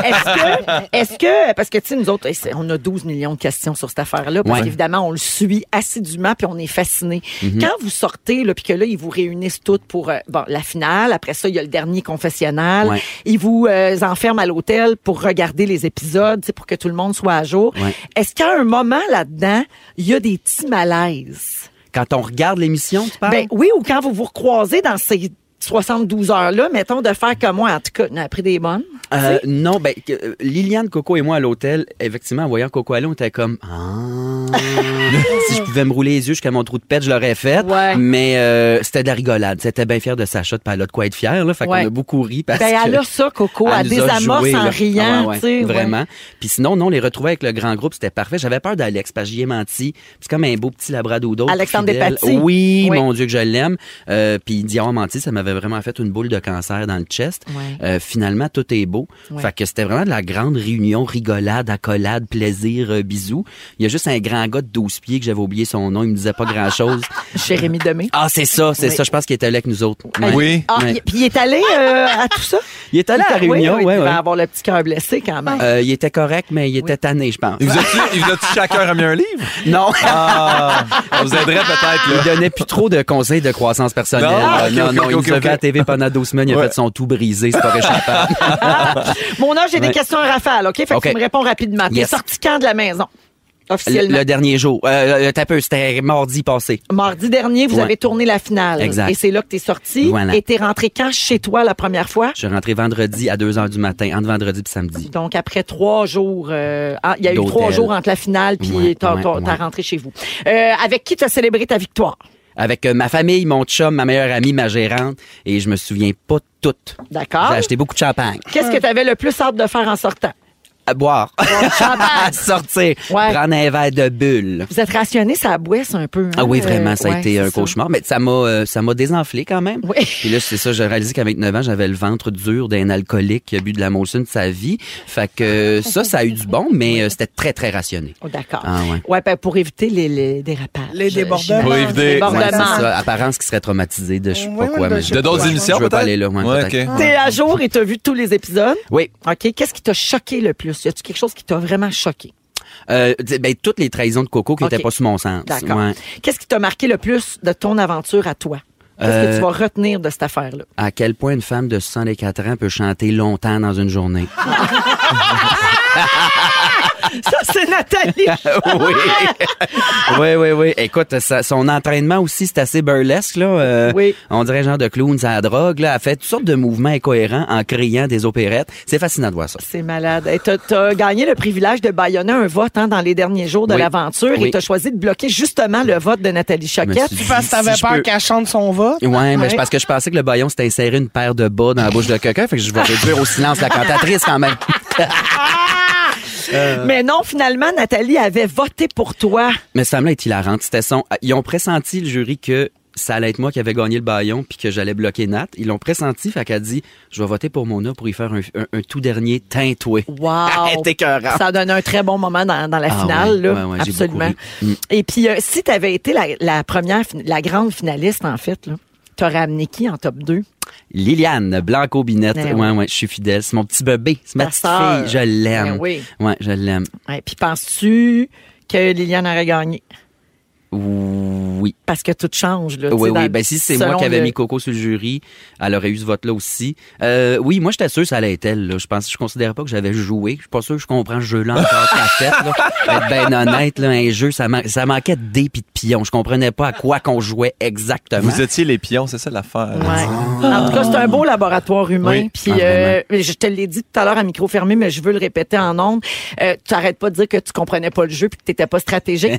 est-ce que, est-ce que, parce que, tu sais, nous autres, c'est- on a 12 millions de questions sur cette affaire-là, parce
Ouais. Mm-hmm.
qu'évidemment, on le suit assidûment, puis on est fasciné. Quand vous sortez, là, puis que là, ils vous réunissent toutes pour euh, bon, la finale, après ça, il y a le dernier confessionnal,
Ouais.
ils vous euh, enferment à l'hôtel pour regarder les épisodes, tu sais, pour que tout le monde soit à jour.
Ouais.
Est-ce qu'à un moment là-dedans, il y a des petits malaises?
Quand on regarde l'émission, tu parles?
Ben oui, ou quand vous vous recroisez dans ces 72 heures-là, mettons, de faire comme moi, en tout cas, on a pris des bonnes.
Euh, non, ben, que- euh, Liliane, Coco et moi à l'hôtel, effectivement, en voyant Coco aller, on était comme Ah,
(laughs)
si je pouvais me rouler les yeux jusqu'à mon trou de pète, je l'aurais fait.
Ouais.
Mais euh, c'était de la rigolade. C'était bien fier de sa shot, puis elle a de quoi être fière. Là, fait
Ouais.
qu'on a beaucoup ri. Parce
Ben,
(laughs)
elle
que
a ça, Coco, elle
nous a
désamorce en
là.
riant,
Ah ouais, ouais,
tu sais, ouais.
Vraiment. Puis sinon, non, les retrouver avec le grand groupe, c'était parfait. J'avais peur d'Alex parce que j'y ai menti. Puis C'est comme un beau petit labradoodle.
Alexandre
fidèle.
Despatie.
Oui,
Oui.
mon Dieu que je l'aime. Euh, puis Dior menti, ça m'avait vraiment fait une boule de cancer dans le chest.
Ouais.
Euh, finalement, tout est beau.
Ouais.
Fait que c'était vraiment de la grande réunion, rigolade, accolade, plaisir, euh, bisous. Il y a juste un grand gars de 12 pieds que j'avais oublié son nom, il me disait pas
(laughs)
grand-chose.
Jérémy Demé.
Ah, c'est ça, c'est
Oui.
ça, je pense qu'il était là avec nous autres.
Ah,
Ouais.
il- ah,
Ouais.
il- Puis il est allé euh, à tout ça?
Il est allé à la
Oui,
réunion,
oui,
ouais,
Il devait
ouais.
avoir le petit cœur blessé quand même.
Euh, il était correct, mais il était tanné, je pense.
Il vous a-tu il vous a-tu chacun remis un livre?
Non.
Ah, on vous aiderait
(laughs)
peut-être, là.
Il donnait plus trop de conseils de croissance personnelle.
Non?
Euh,
Ok,
non,
ok,
non,
ok,
il nous
ok,
avait à la
ok.
TV pendant 12 semaines, il a fait son tout brisé, c'est pas réchappable.
Mon âge, j'ai des
Ouais.
questions en rafale, OK? Fait que
OK.
tu me réponds rapidement. T'es
Yes.
sorti quand de la maison?
le,
(laughs) Officiellement.
le dernier jour. Euh, le tapeux, c'était mardi passé.
Mardi dernier, vous
Ouais.
avez tourné la finale.
Exact.
Et c'est là que t'es sorti.
Voilà.
Et t'es rentré quand chez toi la première fois?
Je suis rentré vendredi à 2 h du matin, entre vendredi et samedi.
Donc, après trois jours, euh, ah, il y a eu
D'hôtel.
trois jours entre la finale puis
Ouais,
t'as
ouais,
t'as-
ouais.
t'as rentré chez vous. Euh, avec qui tu as célébré ta victoire?
Avec euh, ma famille, mon chum, ma meilleure amie, ma gérante, et je me souviens pas de toutes.
D'accord.
J'ai acheté beaucoup de champagne.
Qu'est-ce que tu avais le plus hâte de faire en sortant?
À boire.
champagne.
(laughs) à sortir.
Ouais.
Prendre un verre de bulle.
Vous êtes rationné, ça abouesse un peu. hein?
Ah oui, vraiment,
Euh,
ça a
ouais,
été
c'est
un
ça.
cauchemar, mais ça m'a euh, ça m'a désenflé quand même. Puis là, c'est ça, j'ai réalisé qu'à 29 ans, j'avais le ventre dur d'un alcoolique qui a bu de la Molson de sa vie. Fait que euh, ça, ça a eu du bon, mais euh, c'était très, très rationné.
Oh, D'accord.
Ah ouais.
Ouais, ben, pour éviter les, les dérapages.
Les débordements.
j'imagine.
Pour
Ouais,
éviter-
c'est
Débordement.
ça, apparence qui serait traumatisée de je sais pas
Ouais,
quoi.
de
mais
je sais
je-
De d'autres
je-
émissions,
Je veux pas
peut-être?
aller là, ouais,
Ouais,
peut-être.
ok.
ben, T'es à jour et t'as vu tous les épisodes.
Oui.
OK. Qu'est-ce qui t'a choqué le plus? Y a-tu quelque chose qui t'a vraiment choqué?
Euh, dis- ben, toutes les trahisons de Coco qui
Ok.
n'étaient pas sous mon sens.
D'accord.
Ouais.
Qu'est-ce qui t'a marqué le plus de ton aventure à toi? Qu'est-ce que
Euh,
tu vas retenir de
(laughs)
cette affaire-là?
À quel point une femme de 64 ans peut chanter longtemps dans une journée?
Ça,
(laughs)
c'est Nathalie.
oui. (laughs) oui, oui, oui. Écoute, ça- son entraînement aussi, c'est assez burlesque. Là. Euh,
Oui.
On dirait genre de clown, ça drogue. Là. Elle fait toutes sortes de mouvements incohérents en criant des opérettes. C'est fascinant de voir ça.
C'est malade. Et t'as, t'as gagné le privilège de baïonner un vote hein, dans les derniers jours de
Oui.
l'aventure et
Oui.
t'as choisi de bloquer justement le vote de Nathalie Choquette.
suis dit-
Parce que t'avais
Si je
peur
peux-
qu'elle chante son vote.
Ouais, mais c'est parce que je pensais que le baillon c'était insérer une paire de bas dans la bouche de quelqu'un, fait que je vais réduire au silence la cantatrice quand
(laughs)
même. euh,
Mais non, finalement, Nathalie avait voté pour toi.
Mais cette femme-là est hilarante. C'était son... Ils ont pressenti, le jury, que ça allait être moi qui avait gagné le baillon puis que j'allais bloquer Nat. Ils l'ont pressenti, fait qu'elle a dit « Je vais voter pour Mona pour y faire un, un- un tout dernier tintoué. (laughs)
Wow!
écœurant.
Ça a donné un très bon moment dans, dans la
Ah
finale,
ouais,
là.
ouais, ouais, j'ai
absolument.
beaucoup ri. Mm.
Et puis, euh, si tu avais été la, la première, fin- la grande finaliste, en fait, là, t'aurais amené qui en top 2?
Liliane Blanco-Binette.
Ben
ouais, ouais, je suis fidèle. C'est mon petit bébé. C'est ma
Ta
petite
sœur.
fille. Je
Ben
l'aime.
oui.
Ouais, je l'aime.
Et puis, penses-tu que Liliane aurait gagné?
Oui.
Parce que tout change, là. tu
Oui,
sais,
oui.
dans-
Ben, si c'est moi
selon
qui avais
le-
mis Coco sur le jury, elle aurait eu ce vote-là aussi. Euh, oui, moi, j'étais sûr que ça allait être elle. là. Je pense, je considérais pas que j'avais joué. Je suis pas sûr que je comprends ce jeu-là encore qu'à tête. Là.
(laughs)
Être ben honnête, là, un jeu, ça, man- ça manquait de dés pis de pions. Je comprenais pas à quoi qu'on jouait exactement.
Vous étiez les pions, c'est ça l'affaire.
Ouais. En tout cas, c'est un beau laboratoire humain.
Oui.
Puis,
Ah,
euh, je te l'ai dit tout à l'heure à micro fermé, mais je veux le répéter en ondes. Euh, tu n'arrêtes pas de dire que tu comprenais pas le jeu puis que t'étais pas stratégique.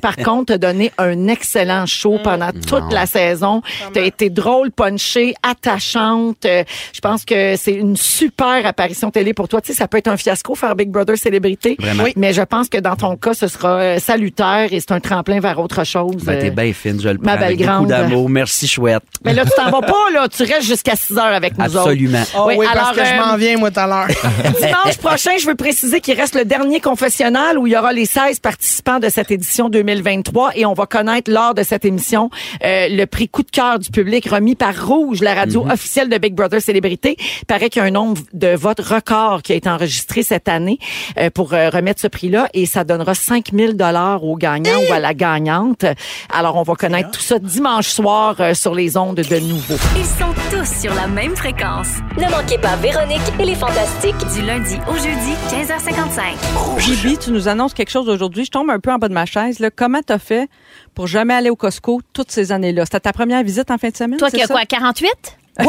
(laughs)
Par contre, t'as donné un excellent show pendant
Mm.
toute la saison. T'as été drôle, punché, attachante. Euh, je pense que c'est une super apparition télé pour toi. Tu sais, ça peut être un fiasco faire Big Brother célébrité.
Vraiment.
Mais je pense que dans ton cas, ce sera euh, salutaire et c'est un tremplin vers autre chose.
Ben, t'es
Euh,
bien fine, je le prends
ma belle
avec beaucoup
grande.
d'amour. Merci, chouette.
mais là, tu t'en vas pas, là. Tu restes jusqu'à 6 heures avec nous autres.
Absolument.
Ah oui, parce que je
euh,
m'en viens, moi, tout à l'heure.
(laughs) Dimanche prochain, je veux préciser qu'il reste le dernier confessionnal où il y aura les 16 participants de cette édition 2023 et on va connaître lors de cette émission euh, le prix coup de cœur du public remis par Rouge, la radio officielle de Big Brother Célébrité. Il paraît qu'il y a un nombre de votes record qui a été enregistré cette année euh, pour euh, remettre ce prix-là et ça donnera 5000 dollars au gagnant ou à la gagnante. Alors, on va connaître tout ça dimanche soir euh, sur les ondes de nouveau.
Ils sont tous sur la même fréquence.
Ne manquez pas Véronique et les Fantastiques.
Du lundi au jeudi, 15h55.
Bibi, tu nous annonces quelque chose aujourd'hui. Je tombe un peu en bas de ma chaise. Là. Comment t'as fait pour jamais aller au Costco toutes ces années-là? C'était ta première visite en fin de semaine?
Toi
c'est
qui as
ça?
quoi, 48?
(laughs)
Wow!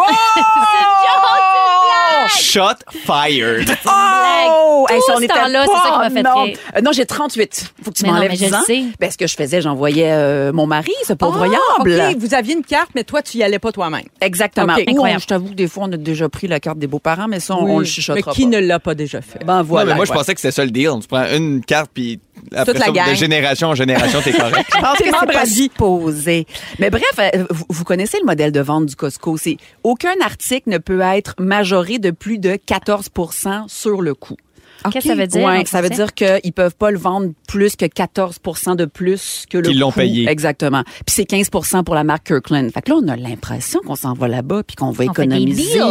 Shot (laughs) fired.
Oh!
Tout ce temps-là, c'est ça qui m'a fait
non.
rire.
Euh, non, j'ai 38. Faut que tu
Mais non,
m'enlèves
mais je
10
le
ans.
sais.
Ben, ce que je faisais, j'envoyais euh, mon mari, ce pauvre
Ah,
diable.
OK, vous aviez une carte, mais toi, tu y allais pas toi-même.
Exactement.
OK.
Ou on-
Incroyable.
je t'avoue que des fois, on a déjà pris la carte des beaux-parents, mais ça, on,
Oui.
on le chuchotera
Mais qui
pas.
ne l'a pas déjà fait?
Ben voilà.
non, mais moi, je
ouais.
pensais que c'était ça le deal. Tu prends une carte, puis après
Toute la
ça,
gang.
de génération en génération, t'es correct.
Je pense que
T'es
c'est
membre
pas
à vie.
supposé. Mais bref, euh, vous, vous connaissez le modèle de vente du Costco. C'est aucun article ne peut être majoré de plus de 14 sur le coût.
Qu'est-ce que ça veut dire,
Ouais,
en
ça veut
français?
dire qu'ils peuvent pas le vendre plus que 14 de plus que le
Qu'ils l'ont
coût.
payé.
Exactement. Puis c'est 15 pour la marque Kirkland. Fait que là, on a l'impression qu'on s'en va là-bas puis qu'on va
On fait des
économiser.
deals.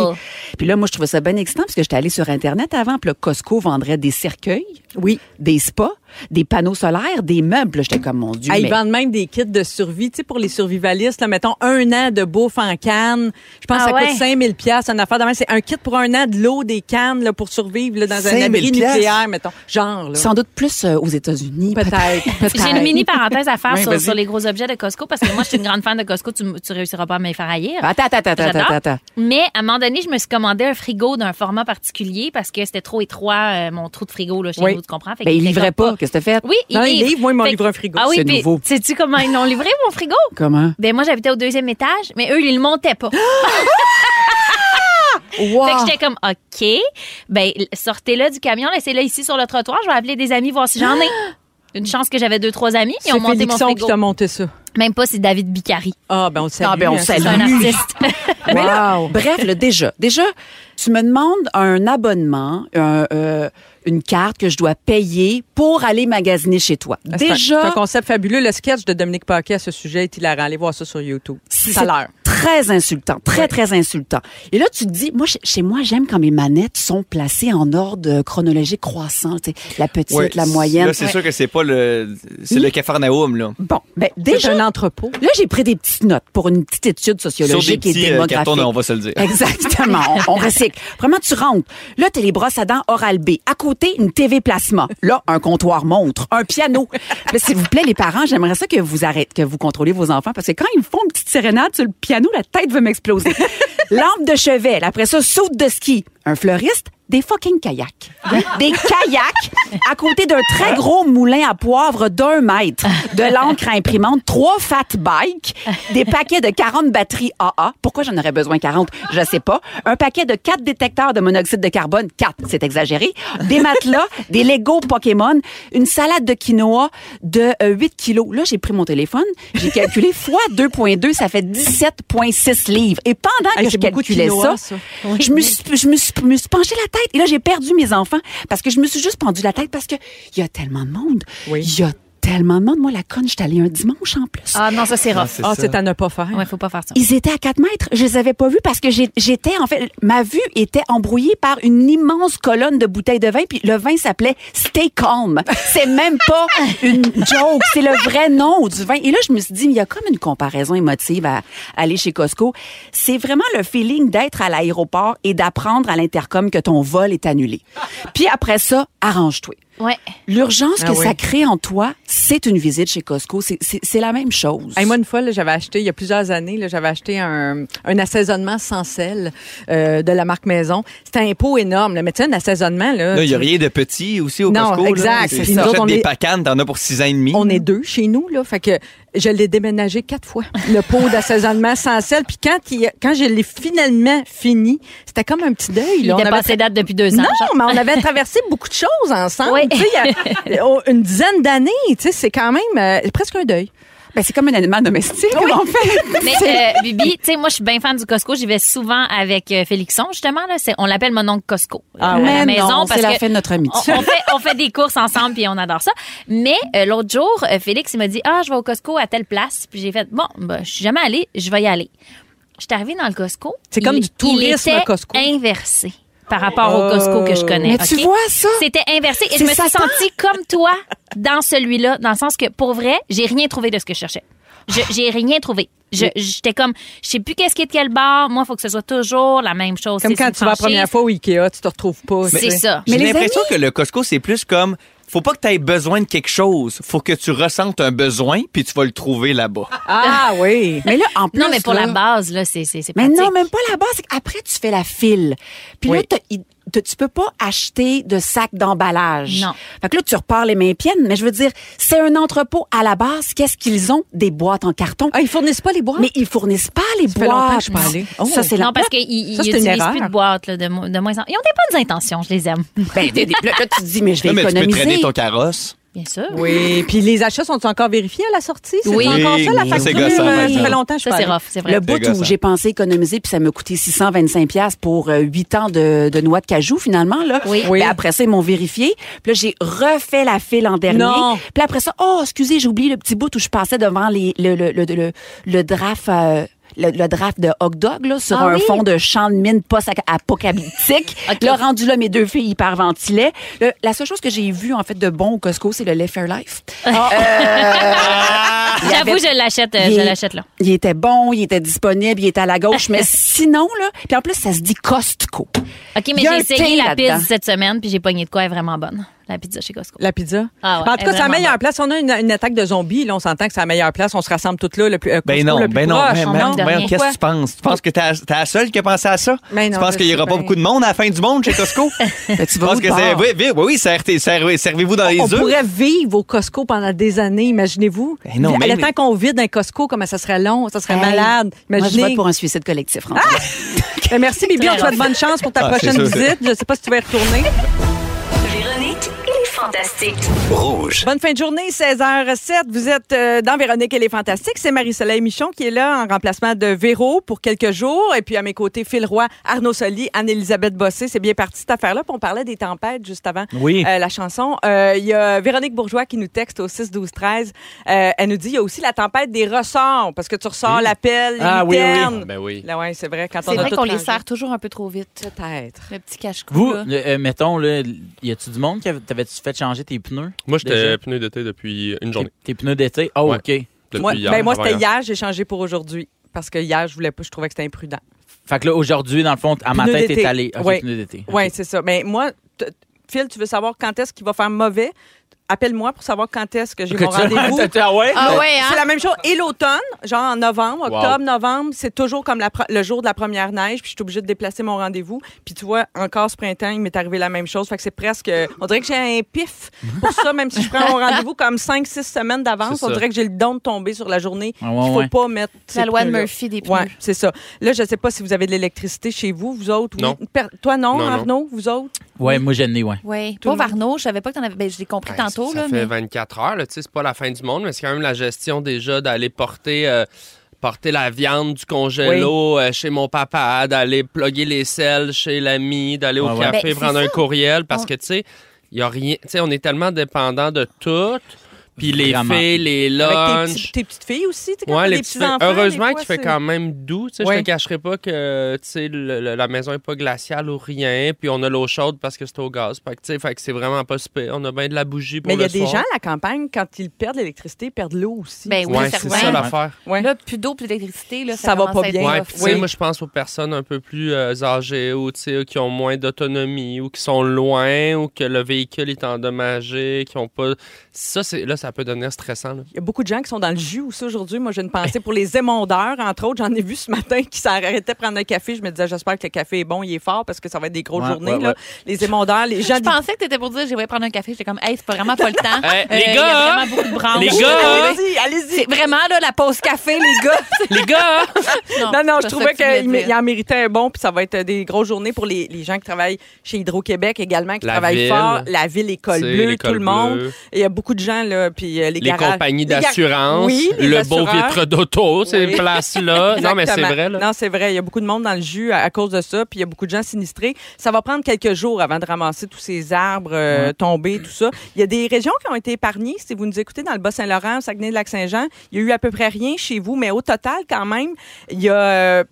Puis là, moi, je trouvais ça bien excitant parce que j'étais allée sur Internet avant. Puis le Costco vendrait des cercueils, oui. des spas, des panneaux solaires, des meubles. Là, J'étais comme, mon Dieu,
Ah, ils
mais-
vendent même des kits de survie, tu sais, pour les survivalistes. Là, mettons, un an de bouffe en canne. Je pense
Ah
que ça
ouais?
coûte 5000 pièces une affaire. de même. C'est un kit pour un an de l'eau, des cannes, là, pour survivre là, dans un
5 000
abri
piastres?
nucléaire, mettons. Genre, là.
Sans doute plus euh, aux États-Unis. Peut-être.
(laughs) J'ai une mini parenthèse à faire
(laughs) Oui,
sur,
vas-y.
sur les gros objets de Costco parce que moi, je suis une grande fan de Costco. Tu, m- tu réussiras pas à me les faire haïr.
Attends, attends, attends,
J'adore.
attends, attends.
Mais à un moment donné, je me suis commandé un frigo d'un format particulier parce que c'était trop étroit, euh, mon trou de frigo là, chez nous, tu comprends? Fait
Ben,
qu'il
il
était
livrait
comme
pas. Qu'est-ce que t'as fait?
Oui,
Non,
ils livrent.
moi, ils m'ont
Fait que-
livré un frigo.
Ah oui,
C'est
puis
nouveau.
Sais-tu comment ils l'ont livré, mon frigo?
(laughs) Comment?
Ben, moi, j'habitais au deuxième étage, mais eux, ils le
(laughs)
montaient pas. Fait que j'étais comme, OK, ben, l- sortez-le du camion, laissez-le ici sur le trottoir, je vais appeler des amis, voir si j'en
(gasps)
ai. Une chance que j'avais deux, trois amis, ils
C'est
ont monté mon
Félixon
frigo.
qui t'a monté ça.
Même pas, c'est David Bicari.
Ah, ben on le salue.
Ah, ben, on
hein,
salue.
c'est un
Lui.
artiste.
Mais là,
(laughs)
bref, là, déjà, déjà, tu me demandes un abonnement, un, euh, une carte que je dois payer pour aller magasiner chez toi.
ben,
Ah, c'est un- C'est un
Déjà,
concept fabuleux. Le sketch de Dominique Paquet à ce sujet est hilarant. Allez voir ça sur YouTube.
c'est
Ça a l'air.
très insultant, très, très insultant. Et là, tu te dis, moi, chez- chez moi, j'aime quand mes manettes sont placées en ordre euh, chronologique croissant. tu sais, La (laughs) petite,
Ouais,
la moyenne.
Là, c'est sûr que c'est pas le. C'est le Capharnaüm, là.
Bon, ben, déjà.
un entrepôt.
Là, j'ai pris des petites notes pour une petite étude sociologique
Sur des petits,
et
euh,
démographique.
cartons, on va se le dire.
Exactement. on, on recycle. Vraiment, tu rentres. Là, t'as les brosses à dents oral B. À côté, une TV plasma. Là, un comptoir montre, un piano. Là, S'il vous plaît, les parents, j'aimerais ça que vous arrêtez, que vous contrôlez vos enfants parce que quand ils me font une petite sérénade sur le piano, la tête veut m'exploser.
(laughs)
Lampe de chevet. Là, Après ça, saute de ski. Un fleuriste. Des fucking kayaks. Des kayaks à côté d'un très gros moulin à poivre d'un mètre, de l'encre à imprimante, trois fat bikes, des paquets de 40 batteries AA. Pourquoi j'en aurais besoin 40? Je sais pas. Un paquet de quatre détecteurs de monoxyde de carbone. Quatre, c'est exagéré. Des matelas, des Lego Pokémon, une salade de quinoa de euh, 8 kilos. Là, j'ai pris mon téléphone, j'ai calculé fois 2.2, ça fait 17.6 livres. Et pendant que
Hey,
je
c'est Ah, beaucoup de
calculais
quinoa,
ça,
ça.
je me suis, je me suis, me suis penchée la tête et là j'ai perdu mes enfants parce que je me suis juste pendu la tête parce que il y a tellement de monde. Il y a tellement de monde. Moi la conne, j'étais allée un dimanche en plus.
Ah non, ça, c'est rough.
Ah, c'est
à ne pas faire.
Ouais, faut pas faire ça.
Ils étaient à 4 mètres. Je les avais pas vus parce que j'ai- j'étais, en fait, ma vue était embrouillée par une immense colonne de bouteilles de vin. Puis le vin s'appelait Stay Calm. C'est même pas une joke. C'est le vrai nom du vin. Et là, je me suis dit, il y a comme une comparaison émotive à, aller chez Costco. C'est vraiment le feeling d'être à l'aéroport et d'apprendre à l'intercom que ton vol est annulé. Puis après ça, arrange-toi.
Ouais.
L'urgence
Ah
que
oui.
ça crée en toi, c'est une visite chez Costco. C'est- C'est c'est la même chose.
Hey, moi, une fois, là, j'avais acheté, il y a plusieurs années, là, j'avais acheté un, un assaisonnement sans sel euh, de la marque Maison. C'était un pot énorme. Là. Mais tu sais, un assaisonnement... Là,
Là, il n'y a
tu-
rien de petit aussi au
Non,
Costco. là.
exact.
C'est-
Puis
Si
nous autres,
t'achètes
on
des
est-
pacanes, t'en as pour six ans et demi.
On est deux chez nous, là. Fait que je l'ai déménagé quatre fois, le pot d'assaisonnement (laughs) sans sel. Puis quand, il- quand je l'ai finalement fini, c'était comme un petit deuil.
Il
là. On
était
avait
passé date depuis deux ans.
Non,
genre.
mais on
(laughs)
avait traversé beaucoup de choses ensemble.
Oui.
Tu sais, il y a oh, une dizaine d'années, tu sais, c'est quand même euh, presque un deuil.
Ben, c'est comme un animal domestique, en fait.
(laughs) Mais euh, Bibi, tu sais, moi, je suis bien fan du Costco. J'y vais souvent avec euh, Félixon, justement. Là. C'est- On l'appelle mon oncle Costco.
Ah
à
ouais.
la
Mais
maison.
non,
parce
c'est la
que
fin de notre amitié.
On, on fait, on fait des courses ensemble, puis on adore ça. Mais euh, l'autre jour, euh, Félix, il m'a dit Ah, je vais au Costco à telle place. Puis j'ai fait Bon, ben, je suis jamais allée, je vais y aller. Je suis arrivée dans le Costco.
C'est comme
Il-
du tourisme
il était
Costco.
inversé par rapport au Costco que je connais.
Euh, Mais tu
OK?
vois ça?
C'était inversé et
C'est
je me suis
Satan.
sentie comme toi dans celui-là, dans le sens que pour vrai, j'ai rien trouvé de ce que je cherchais. Je- J'ai rien trouvé. Je- J'étais comme, je sais plus qu'est-ce qui est de quel bar. Moi, il faut que ce soit toujours la même chose.
Comme
C'est
quand
une
tu vas la
franchise.
première fois au Ikea, tu te retrouves pas. tu
C'est
sais.
ça.
J'ai l'impression que le Costco, c'est plus comme faut pas que tu aies besoin de quelque chose. Faut que tu ressentes un besoin, puis tu vas le trouver là-bas.
Ah oui. Mais là, en plus.
Non, mais pour
là-
la base, là, c'est c'est- c'est
Mais
pratique.
non, même pas la base. c'est qu'après, tu fais la file. Puis là,
Oui.
t'as- il- t'as- tu peux pas acheter de sac d'emballage.
Non.
Fait que là, tu repars les mains piennes. Mais je veux dire, c'est un entrepôt à la base. Qu'est-ce qu'ils ont? Des boîtes en carton. Ah, ils fournissent pas les boîtes? Mais ils fournissent pas les
fait longtemps que
boîtes.
je suis pas allée. Oh.
Ça, c'est la
Non, parce
plate-
qu'ils ils
Ça, c'est une
utilisent
erreur.
plus de boîtes, là, de, mo- de moins en Ils ont des bonnes intentions, je les aime.
Ben, des- des- là, tu te dis, mais je vais
Là, mais tu peux
économiser.
traîner ton carrosse.
Bien sûr.
Oui, puis les achats sont encore vérifiés à la sortie? C'est
Oui.
encore ça, la
Oui, ça, c'est
facture?
gossant,
euh,
par
Ça fait
exemple.
longtemps que je
Ça, c'est
parle.
rough, c'est vrai.
Le bout
gossant.
où j'ai pensé économiser, puis ça m'a coûté 625 pièces pour 8 ans de, de noix de cajou, finalement. Là.
Oui.
Puis après ça, ils m'ont vérifié. Puis là, j'ai refait la file en dernier.
Non.
Puis après ça, oh, excusez, j'ai oublié le petit bout où je passais devant les, le, le, le, le- le draft... euh, le, le draft de hot dog là, sur
Ah
un
oui?
fond de champ de mine
(laughs)
post-apocalyptique. Là, rendu là, mes deux filles hyperventilaient. Le- la seule chose que j'ai vue, en fait, de bon au Costco, c'est le Lait Fairlife.
Euh,
il
(laughs)
y
J'avoue,
avait-
je l'achète, euh,
Il
je
est-
l'achète là.
il était bon, il était disponible, il était à la
(laughs)
gauche, mais sinon, là, puis en plus, ça se dit Costco.
OK, mais
Il y a
j'ai
un
essayé
thé
la
là-dedans.
pizza cette semaine, puis j'ai pogné de quoi, elle est vraiment bonne. La pizza chez Costco.
La pizza?
Ah ouais,
en tout cas,
elle est
c'est la
vraiment
meilleure
bonne.
place. On a une, une attaque de zombies. Là, on s'entend que c'est la meilleure place. On se rassemble toutes là. Le plus, euh,
Ben
Costco
non,
le plus
ben non,
proche,
mais- mais-
non?
mais qu'est-ce que tu
Pourquoi?
penses? Tu penses que t'es la- t'es la seule qui a pensé à ça?
Ben non,
tu penses
je
qu'il n'y aura
sais
pas
bien.
beaucoup de monde à la fin du monde chez
(laughs)
Costco?
Ben, tu
Je
vas
pense
où
que
de
c'est.
bord?
Oui, oui, oui, oui, servez- servez- servez-vous dans les
On
œufs.
pourrait vivre au Costco pendant des années, imaginez-vous.
Ben non, mais-
le temps qu'on vide un Costco, comment ça serait long, ça serait
Hey, Moi, je
malade.
vote
Imaginez. Ah!
pour un suicide collectif, François.
Ben, merci, Bibi. On te
Très
souhaite bonne chance pour ta
Ah, c'est
prochaine
sûr, c'est-
visite. Je ne sais pas si tu vas y retourner.
Véronique et les Fantastiques.
Oh.
Rouge. Bonne fin de journée, 16h07. Vous êtes euh, dans Véronique et les Fantastiques. C'est Marie-Soleil Michon qui est là en remplacement de Véro pour quelques jours. Et puis à mes côtés, Phil Roy, Arnaud Soli, Anne-Élisabeth Bossé. C'est bien parti cette affaire-là. Puis on parlait des tempêtes juste avant
Oui.
euh, la chanson. Euh, Il y a Véronique Bourgeois qui nous texte au 6-12-13. Euh, elle nous dit il y a aussi la tempête des ressorts parce que tu ressors l'appel,
Ah oui, oui, oui.
l'interne.
Ben oui.
Là, ouais, c'est vrai. Quand
C'est
on a
vrai
tout
qu'on les
rangé.
serre
toujours un peu trop vite.
Peut-être.
Le petit cache-cou.
Vous,
là.
le- euh, mettons, là, y a-tu du monde qui avait- t'avais-tu fait changer tes pneus?
Moi, j'étais
déjà?
pneu d'été depuis une journée.
Tes pneus d'été? Oh,
Ouais.
OK.
Depuis
Moi,
hier,
ben, moi
avant-hier.
c'était hier, j'ai changé pour aujourd'hui. Parce que hier, je voulais pas, je trouvais que c'était imprudent.
Fait que là, aujourd'hui, dans le fond, à matin,
Pneus
t'es
d'été.
allé. OK,
Oui.
pneus d'été.
Oui, c'est ça. Mais moi, t- Phil, tu veux savoir quand est-ce qu'il va faire mauvais? Appelle-moi pour savoir quand est-ce que j'ai
Que
mon
tu-
rendez-vous.
T'as- t'as- ah ouais? Ah ouais, hein?
C'est la même chose. Et l'automne, genre en novembre,
Wow.
octobre, novembre, c'est toujours comme la pre- le jour de la première neige, puis je suis obligée de déplacer mon rendez-vous. Puis tu vois, encore ce printemps, il m'est arrivé la même chose. Fait que c'est presque... On dirait que j'ai un pif pour ça, même si je prends mon rendez-vous comme 5-6 semaines d'avance,
C'est
on
ça.
dirait que j'ai le don de tomber sur la journée.
Ah
Il
ouais,
faut
ouais.
pas mettre...
La
ces
loi de
pneus-là.
Murphy des
Ouais,
pneus.
c'est ça. Là, je sais pas si vous avez de l'électricité chez vous, vous autres. oui.
Non.
Per- Toi, Ah non,
Non, non.
Arnaud? vous autres?
Ouais, moi, j'ai le nez, ouais.
Oui. Pauvre Arnaud, je savais pas que t'en avais. Ben, je l'ai compris tantôt, là.
Ça fait
Mais...
24 heures, là, tu sais, c'est pas la fin du monde, mais c'est quand même la gestion déjà d'aller porter. euh, porter la viande du congélo euh, chez mon papa, d'aller plugger les selles chez l'ami, d'aller au
Ah ouais.
café
Ben, c'est
prendre un
ça.
courriel parce
On-
que tu sais, il y a rien, tu sais, on est tellement dépendant de tout, puis les
Vraiment.
filles, les
Avec tes,
lunchs.
petits- tes petites filles aussi, tu sais, quand
Ouais,
t'as
les
des
petits
petits enfants.
faits. Heureusement
des fois,
qu'il fait
c'est-
quand même doux. tu sais, Je
Ouais.
te cacherai pas que tu sais, le- le- la maison est pas glaciale ou rien. Puis on a l'eau chaude parce que c'est au gaz. Fait que, tu sais, fait que c'est vraiment pas super. On a bien de la bougie pour
Mais il
le
y a des
soir.
gens à la campagne, quand ils perdent l'électricité, ils perdent l'eau aussi.
Ben oui,
Ouais, c'est ça l'affaire.
Là, plus d'eau, plus d'électricité, là, ça,
Ça va
commence
pas
à être
bien.
Ouais,
rough.
puis, tu sais, moi, je pense aux personnes un peu plus euh, âgées ou tu sais, qui ont moins d'autonomie ou qui sont loin ou que le véhicule est endommagé, qui ont pas. Ça, c'est là, ça peut devenir stressant. là.
Il y a beaucoup de gens qui sont dans le jus aussi aujourd'hui. Moi, j'ai une pensée pour les émondeurs, entre autres. J'en ai vu ce matin qui s'arrêtaient de prendre un café. Je me disais, j'espère que le café est bon, il est fort, parce que ça va être des grosses
Ouais,
journées.
ouais,
là.
ouais.
Les émondeurs, les gens...
Je pensais que t'étais pour dire, j'ai voulu prendre un café. J'étais comme, hey, c'est pas vraiment pas le
(laughs)
temps.
Hey,
Euh,
les
il y
gars,
a
hein?
vraiment beaucoup de branches.
les
Oui, (laughs)
gars,
allez-y,
allez-y.
C'est vraiment, là, la pause café, les gars.
les gars! hein?
Non,
Non,
(laughs) non,
c'est
je
pas ça
trouvais
que tu voulais
qu'il mé-
dire.
il en méritait un bon, puis ça va être des grosses journées pour les, les gens qui travaillent chez Hydro-Québec également, qui
La
travaillent
ville.
fort. La ville, l'école
C'est
bleue,
l'école
tout le monde.
bleue.
Et Il y a beaucoup de gens, là, puis euh, les,
les
garages-
compagnies
les gar-
d'assurance,
Oui, les
le beau
assureurs.
vitre d'auto, ces
Oui. (laughs)
places-là. non, mais c'est
Exactement.
vrai. Là.
Non, c'est vrai. Il y a beaucoup de monde dans le jus à, à cause de ça, puis il y a beaucoup de gens sinistrés. Ça va prendre quelques jours avant de ramasser tous ces arbres euh,
Ouais.
tombés, tout ça. Il y a des régions qui ont été épargnées. Si vous nous écoutez dans le Bas-Saint-Laurent, au Saguenay-de-Lac-Saint-Jean, il y a eu à peu près rien chez vous, mais au total, quand même, il y a euh,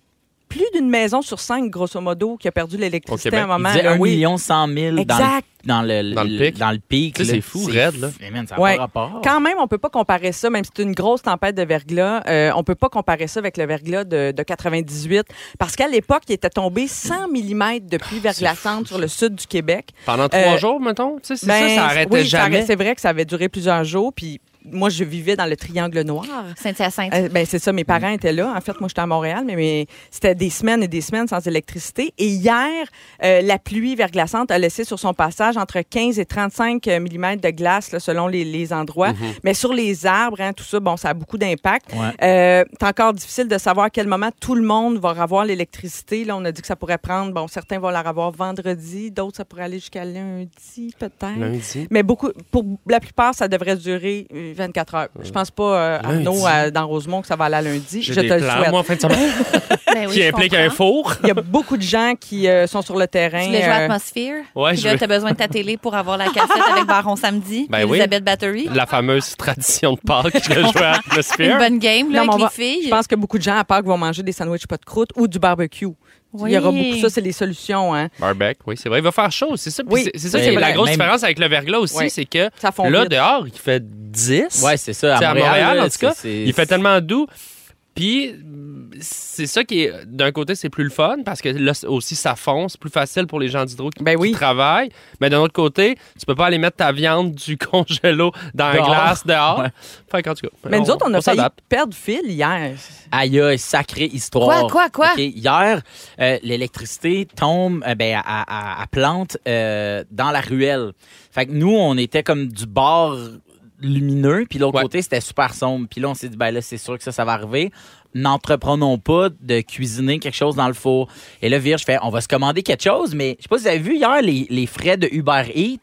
plus d'une maison sur cinq, grosso modo, qui a perdu
Au
l'électricité
Québec.
à un moment.
Il disait
là,
1
oui.
million 100 000 dans le
Exact.
dans le,
Dans le pic.
Dans le pic,
Tu sais,
là.
c'est fou, raide, là.
Mais man, ça a
Ouais.
pas rapport.
Quand même, on peut pas comparer ça, même si c'est une grosse tempête de verglas, euh, on peut pas comparer ça avec le verglas de, de 98, parce qu'à l'époque, il était tombé 100 mm de
Ah,
pluie verglaçante sur le sud du Québec. Euh, ben,
Pendant trois jours, mettons? Tu sais, c'est ça, ça arrêtait
oui,
jamais.
arrêt- C'est vrai que ça avait duré plusieurs jours, puis moi, je vivais dans le triangle noir.
Saint-Hyacinthe.
Euh, ben, c'est ça, mes parents étaient là. En fait, moi, j'étais à Montréal, mais, mais c'était des semaines et des semaines sans électricité. Et hier, euh, la pluie verglaçante a laissé sur son passage entre 15 et 35 mm de glace, là, selon les, les endroits.
Mhm.
Mais sur les arbres, hein, tout ça, bon, ça a beaucoup d'impact.
Ouais.
Euh, c'est encore difficile de savoir à quel moment tout le monde va revoir l'électricité. Là, on a dit que ça pourrait prendre, bon, certains vont la revoir vendredi, d'autres, ça pourrait aller jusqu'à lundi, peut-être.
Lundi.
Mais beaucoup, pour la plupart, ça devrait durer euh, 24 heures. Je pense pas, euh,
Lundi.
Arnaud, à- dans Rosemont, que ça va aller à lundi.
J'ai
Je
des
te le
plans,
souhaite. Ben
moi, en fin de semaine. oui, Qui je implique comprends. un four.
(laughs) Il y a beaucoup de gens qui euh, sont sur le terrain.
Tu voulais jouer à
euh,
Atmosphere.
Ouais,
Puis
je
là,
veux-
t'as besoin de ta télé pour avoir la cassette avec Baron Samedi.
Ben oui.
Elisabeth Battery.
La fameuse tradition de
(laughs)
Pâques que je jouais à
Une
Atmosphere.
bonne game là,
Non, mais on
avec les
va-
filles.
Je pense que beaucoup de gens à Pâques vont manger des sandwichs pas de croûte ou du barbecue.
Oui.
Il y aura beaucoup ça, c'est les solutions. Hein.
Barbec, oui, c'est vrai. Il va faire chaud, c'est ça. Puis
Oui,
c'est- c'est ça
oui,
qui est
c'est
la
vrai.
grosse
Même-
différence avec le verglas aussi,
Ouais.
c'est que
Ça fond
là,
vite.
dehors, il fait 10.
Ouais, c'est ça. À
Tu sais,
Montréal, là,
en tout cas,
c'est- c'est-
il fait tellement doux. Puis, c'est ça qui est. D'un côté, c'est plus le fun parce que là c'est aussi, ça fonce, plus facile pour les gens d'hydro qui,
Ben
qui travaillent. Mais d'un autre côté, tu peux pas aller mettre ta viande du (laughs) congélo dans la
Dehors.
glace dehors. Fait qu'en tout cas.
Mais nous autres, on a failli
s'adapte.
perdre fil hier.
Aïe, aïe, sacrée histoire.
Quoi, quoi, quoi?
OK, Hier, euh, l'électricité tombe, euh, ben, à, à- à- à plante euh, dans la ruelle. Fait que nous, on était comme du bord lumineux, puis l'autre côté, c'était super sombre. Puis là, on s'est dit, ben là, c'est sûr que ça, ça va arriver. N'entreprenons pas de cuisiner quelque chose dans le four. Et là, Virge fait, on va se commander quelque chose, mais je sais pas si vous avez vu hier les, les frais de Uber Eats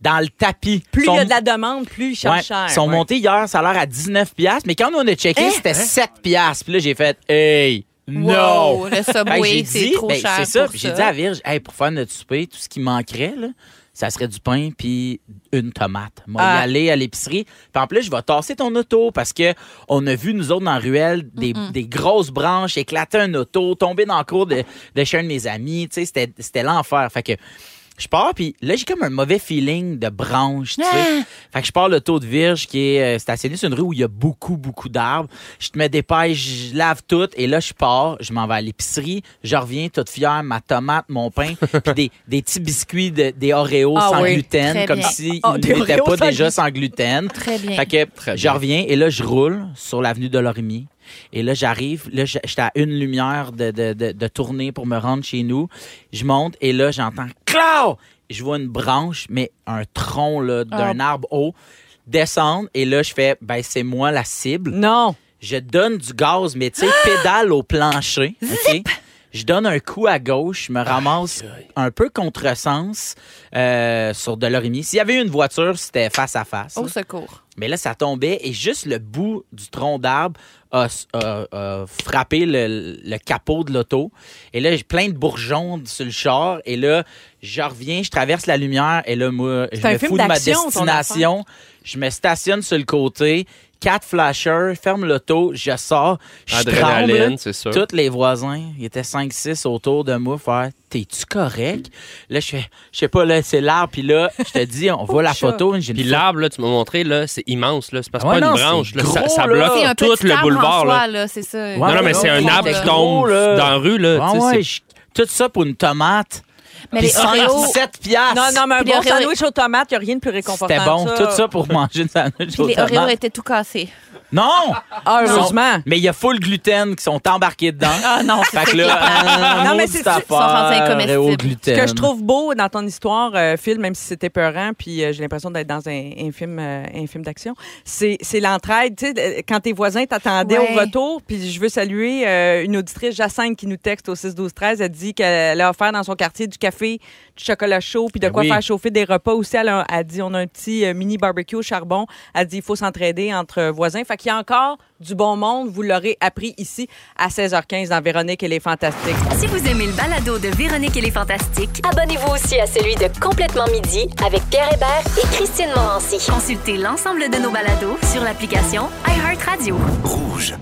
dans le tapis.
Plus il y
Sont-
a de la demande, plus il charge
Ouais,
cher.
sont
ouais.
montés hier, ça a l'air à 19 piastres, mais quand on a checké,
Hein?
c'était
Hein?
7 piastres. Puis là, j'ai fait, hey, non!
Wow, le
(laughs)
Subway,
j'ai
c'est
dit-
trop
ben,
cher
C'est ça,
pour
puis
ça.
j'ai dit à Virge, hey, pour faire notre souper, tout ce qui manquerait, là, ça serait du pain puis une tomate. Moi,
Ah.
y aller à l'épicerie. Puis en plus, je vais tasser ton auto parce que on a vu, nous autres, dans la ruelle, des,
Mm.
des grosses branches éclater un auto, tomber dans le cours de, de chez un de mes amis. Tu sais, c'était- c'était l'enfer. Fait que je pars, puis là, j'ai comme un mauvais feeling de branche, tu sais.
Ah.
Fait que je pars le taux de Virge qui est euh, stationné sur une rue où il y a beaucoup, beaucoup d'arbres. Je te mets des pêches, je lave tout, et là, je pars, je m'en vais à l'épicerie, je reviens toute fière, ma tomate, mon pain, (laughs) puis des, des petits biscuits, de- des Oreos
Ah
sans
oui,
gluten,
très
comme
bien.
s'ils
Ah, ah, des
n'étaient
Oreos
pas
sans
déjà
gluten.
sans gluten.
Très bien.
Fait que je
bien.
reviens, et là, je roule sur l'avenue de Lorimier. Et là, j'arrive, là, j'- j'étais à une lumière de, de, de, de tournée pour me rendre chez nous. Je monte, et là, j'entends Clau! Je vois une branche, mais un tronc là, d'un
Ah.
arbre haut descendre et là je fais ben c'est moi la cible.
Non.
Je donne du gaz mais tu sais pédale au plancher, OK? Je donne un coup à gauche, je me ramasse un peu contresens euh, sur Delorimier. S'il y avait eu une voiture, c'était face à
Oh,
face.
Au secours.
Mais là, ça tombait et juste le bout du tronc d'arbre a, s- a- a frappé le, le capot de l'auto. Et là, j'ai plein de bourgeons sur le char. Et là, je reviens, je traverse la lumière et là, moi, je
un
me
film
fous de ma
d'action, ton
destination. Je me stationne sur le côté. Quatre flashers, ferme l'auto, je sors, je
Adrénaline,
tremble.
c'est sûr.
Tous les voisins, ils étaient 5-6 autour de moi, faire « T'es-tu correct? » Là, je fais « Je sais pas, là, c'est l'arbre. » Puis là, je te dis, on voit la photo. Ah
Puis l'arbre, là, tu m'as montré, là, c'est immense. Là. C'est parce que
Ouais,
pas
non,
une branche.
c'est
là. ça,
gros,
ça
là.
bloque
C'est un
tout
petit
le
arbre
boulevard.
en soi,
là.
là, c'est ça.
Ouais,
non, non, mais c'est un
ouais,
arbre
ouais.
qui tombe
Gros, là.
dans la rue. Là, tu
Ouais,
sais,
ouais,
c'est-
je- Tout ça pour une tomate.
Mais
Puis
les Oreos-
117 piastres.
Non, non, mais un
Puis
bon
les Oreos-
sandwich aux tomates, il n'y a rien de plus réconfortant.
C'était bon.
que
Tout ça pour manger une sandwich
Puis
aux
les Oreos
tomates.
étaient tout cassés.
Non!
Ah,
Ils sont-
heureusement.
Mais il y a full gluten qui sont embarqués dedans.
Ah non, c'est
Hein?
ça
Fait que
qui est
là, (laughs)
plate.
euh,
Non, mais
maudite
c'est-
affaire,
ils sont rendus incomestibles.
Oreo
Ce
gluten.
que je trouve beau dans ton histoire, euh, Phil, même si c'était peurant, puis euh, j'ai l'impression d'être dans un, un film, euh, un film d'action, c'est c'est l'entraide. Tu sais, euh, quand tes voisins t'attendaient
Ouais.
au retour, puis je veux saluer euh, une auditrice, Jacinthe, qui nous texte au 6-12-13, elle dit qu'elle a offert dans son quartier du café, du chocolat chaud, puis de quoi
oui.
faire chauffer des repas aussi. Elle a, elle dit, on a un petit euh, mini barbecue au charbon. Elle dit, il faut s'entraider entre voisins. Fait qu'il y a encore du bon monde. Vous l'aurez appris ici à 16h15 dans Véronique et les Fantastiques.
Si vous aimez le balado de Véronique et les Fantastiques, abonnez-vous aussi à celui de Complètement Midi avec Pierre Hébert et Christine Morancy. Consultez l'ensemble de nos balados sur l'application iHeartRadio.
Rouge.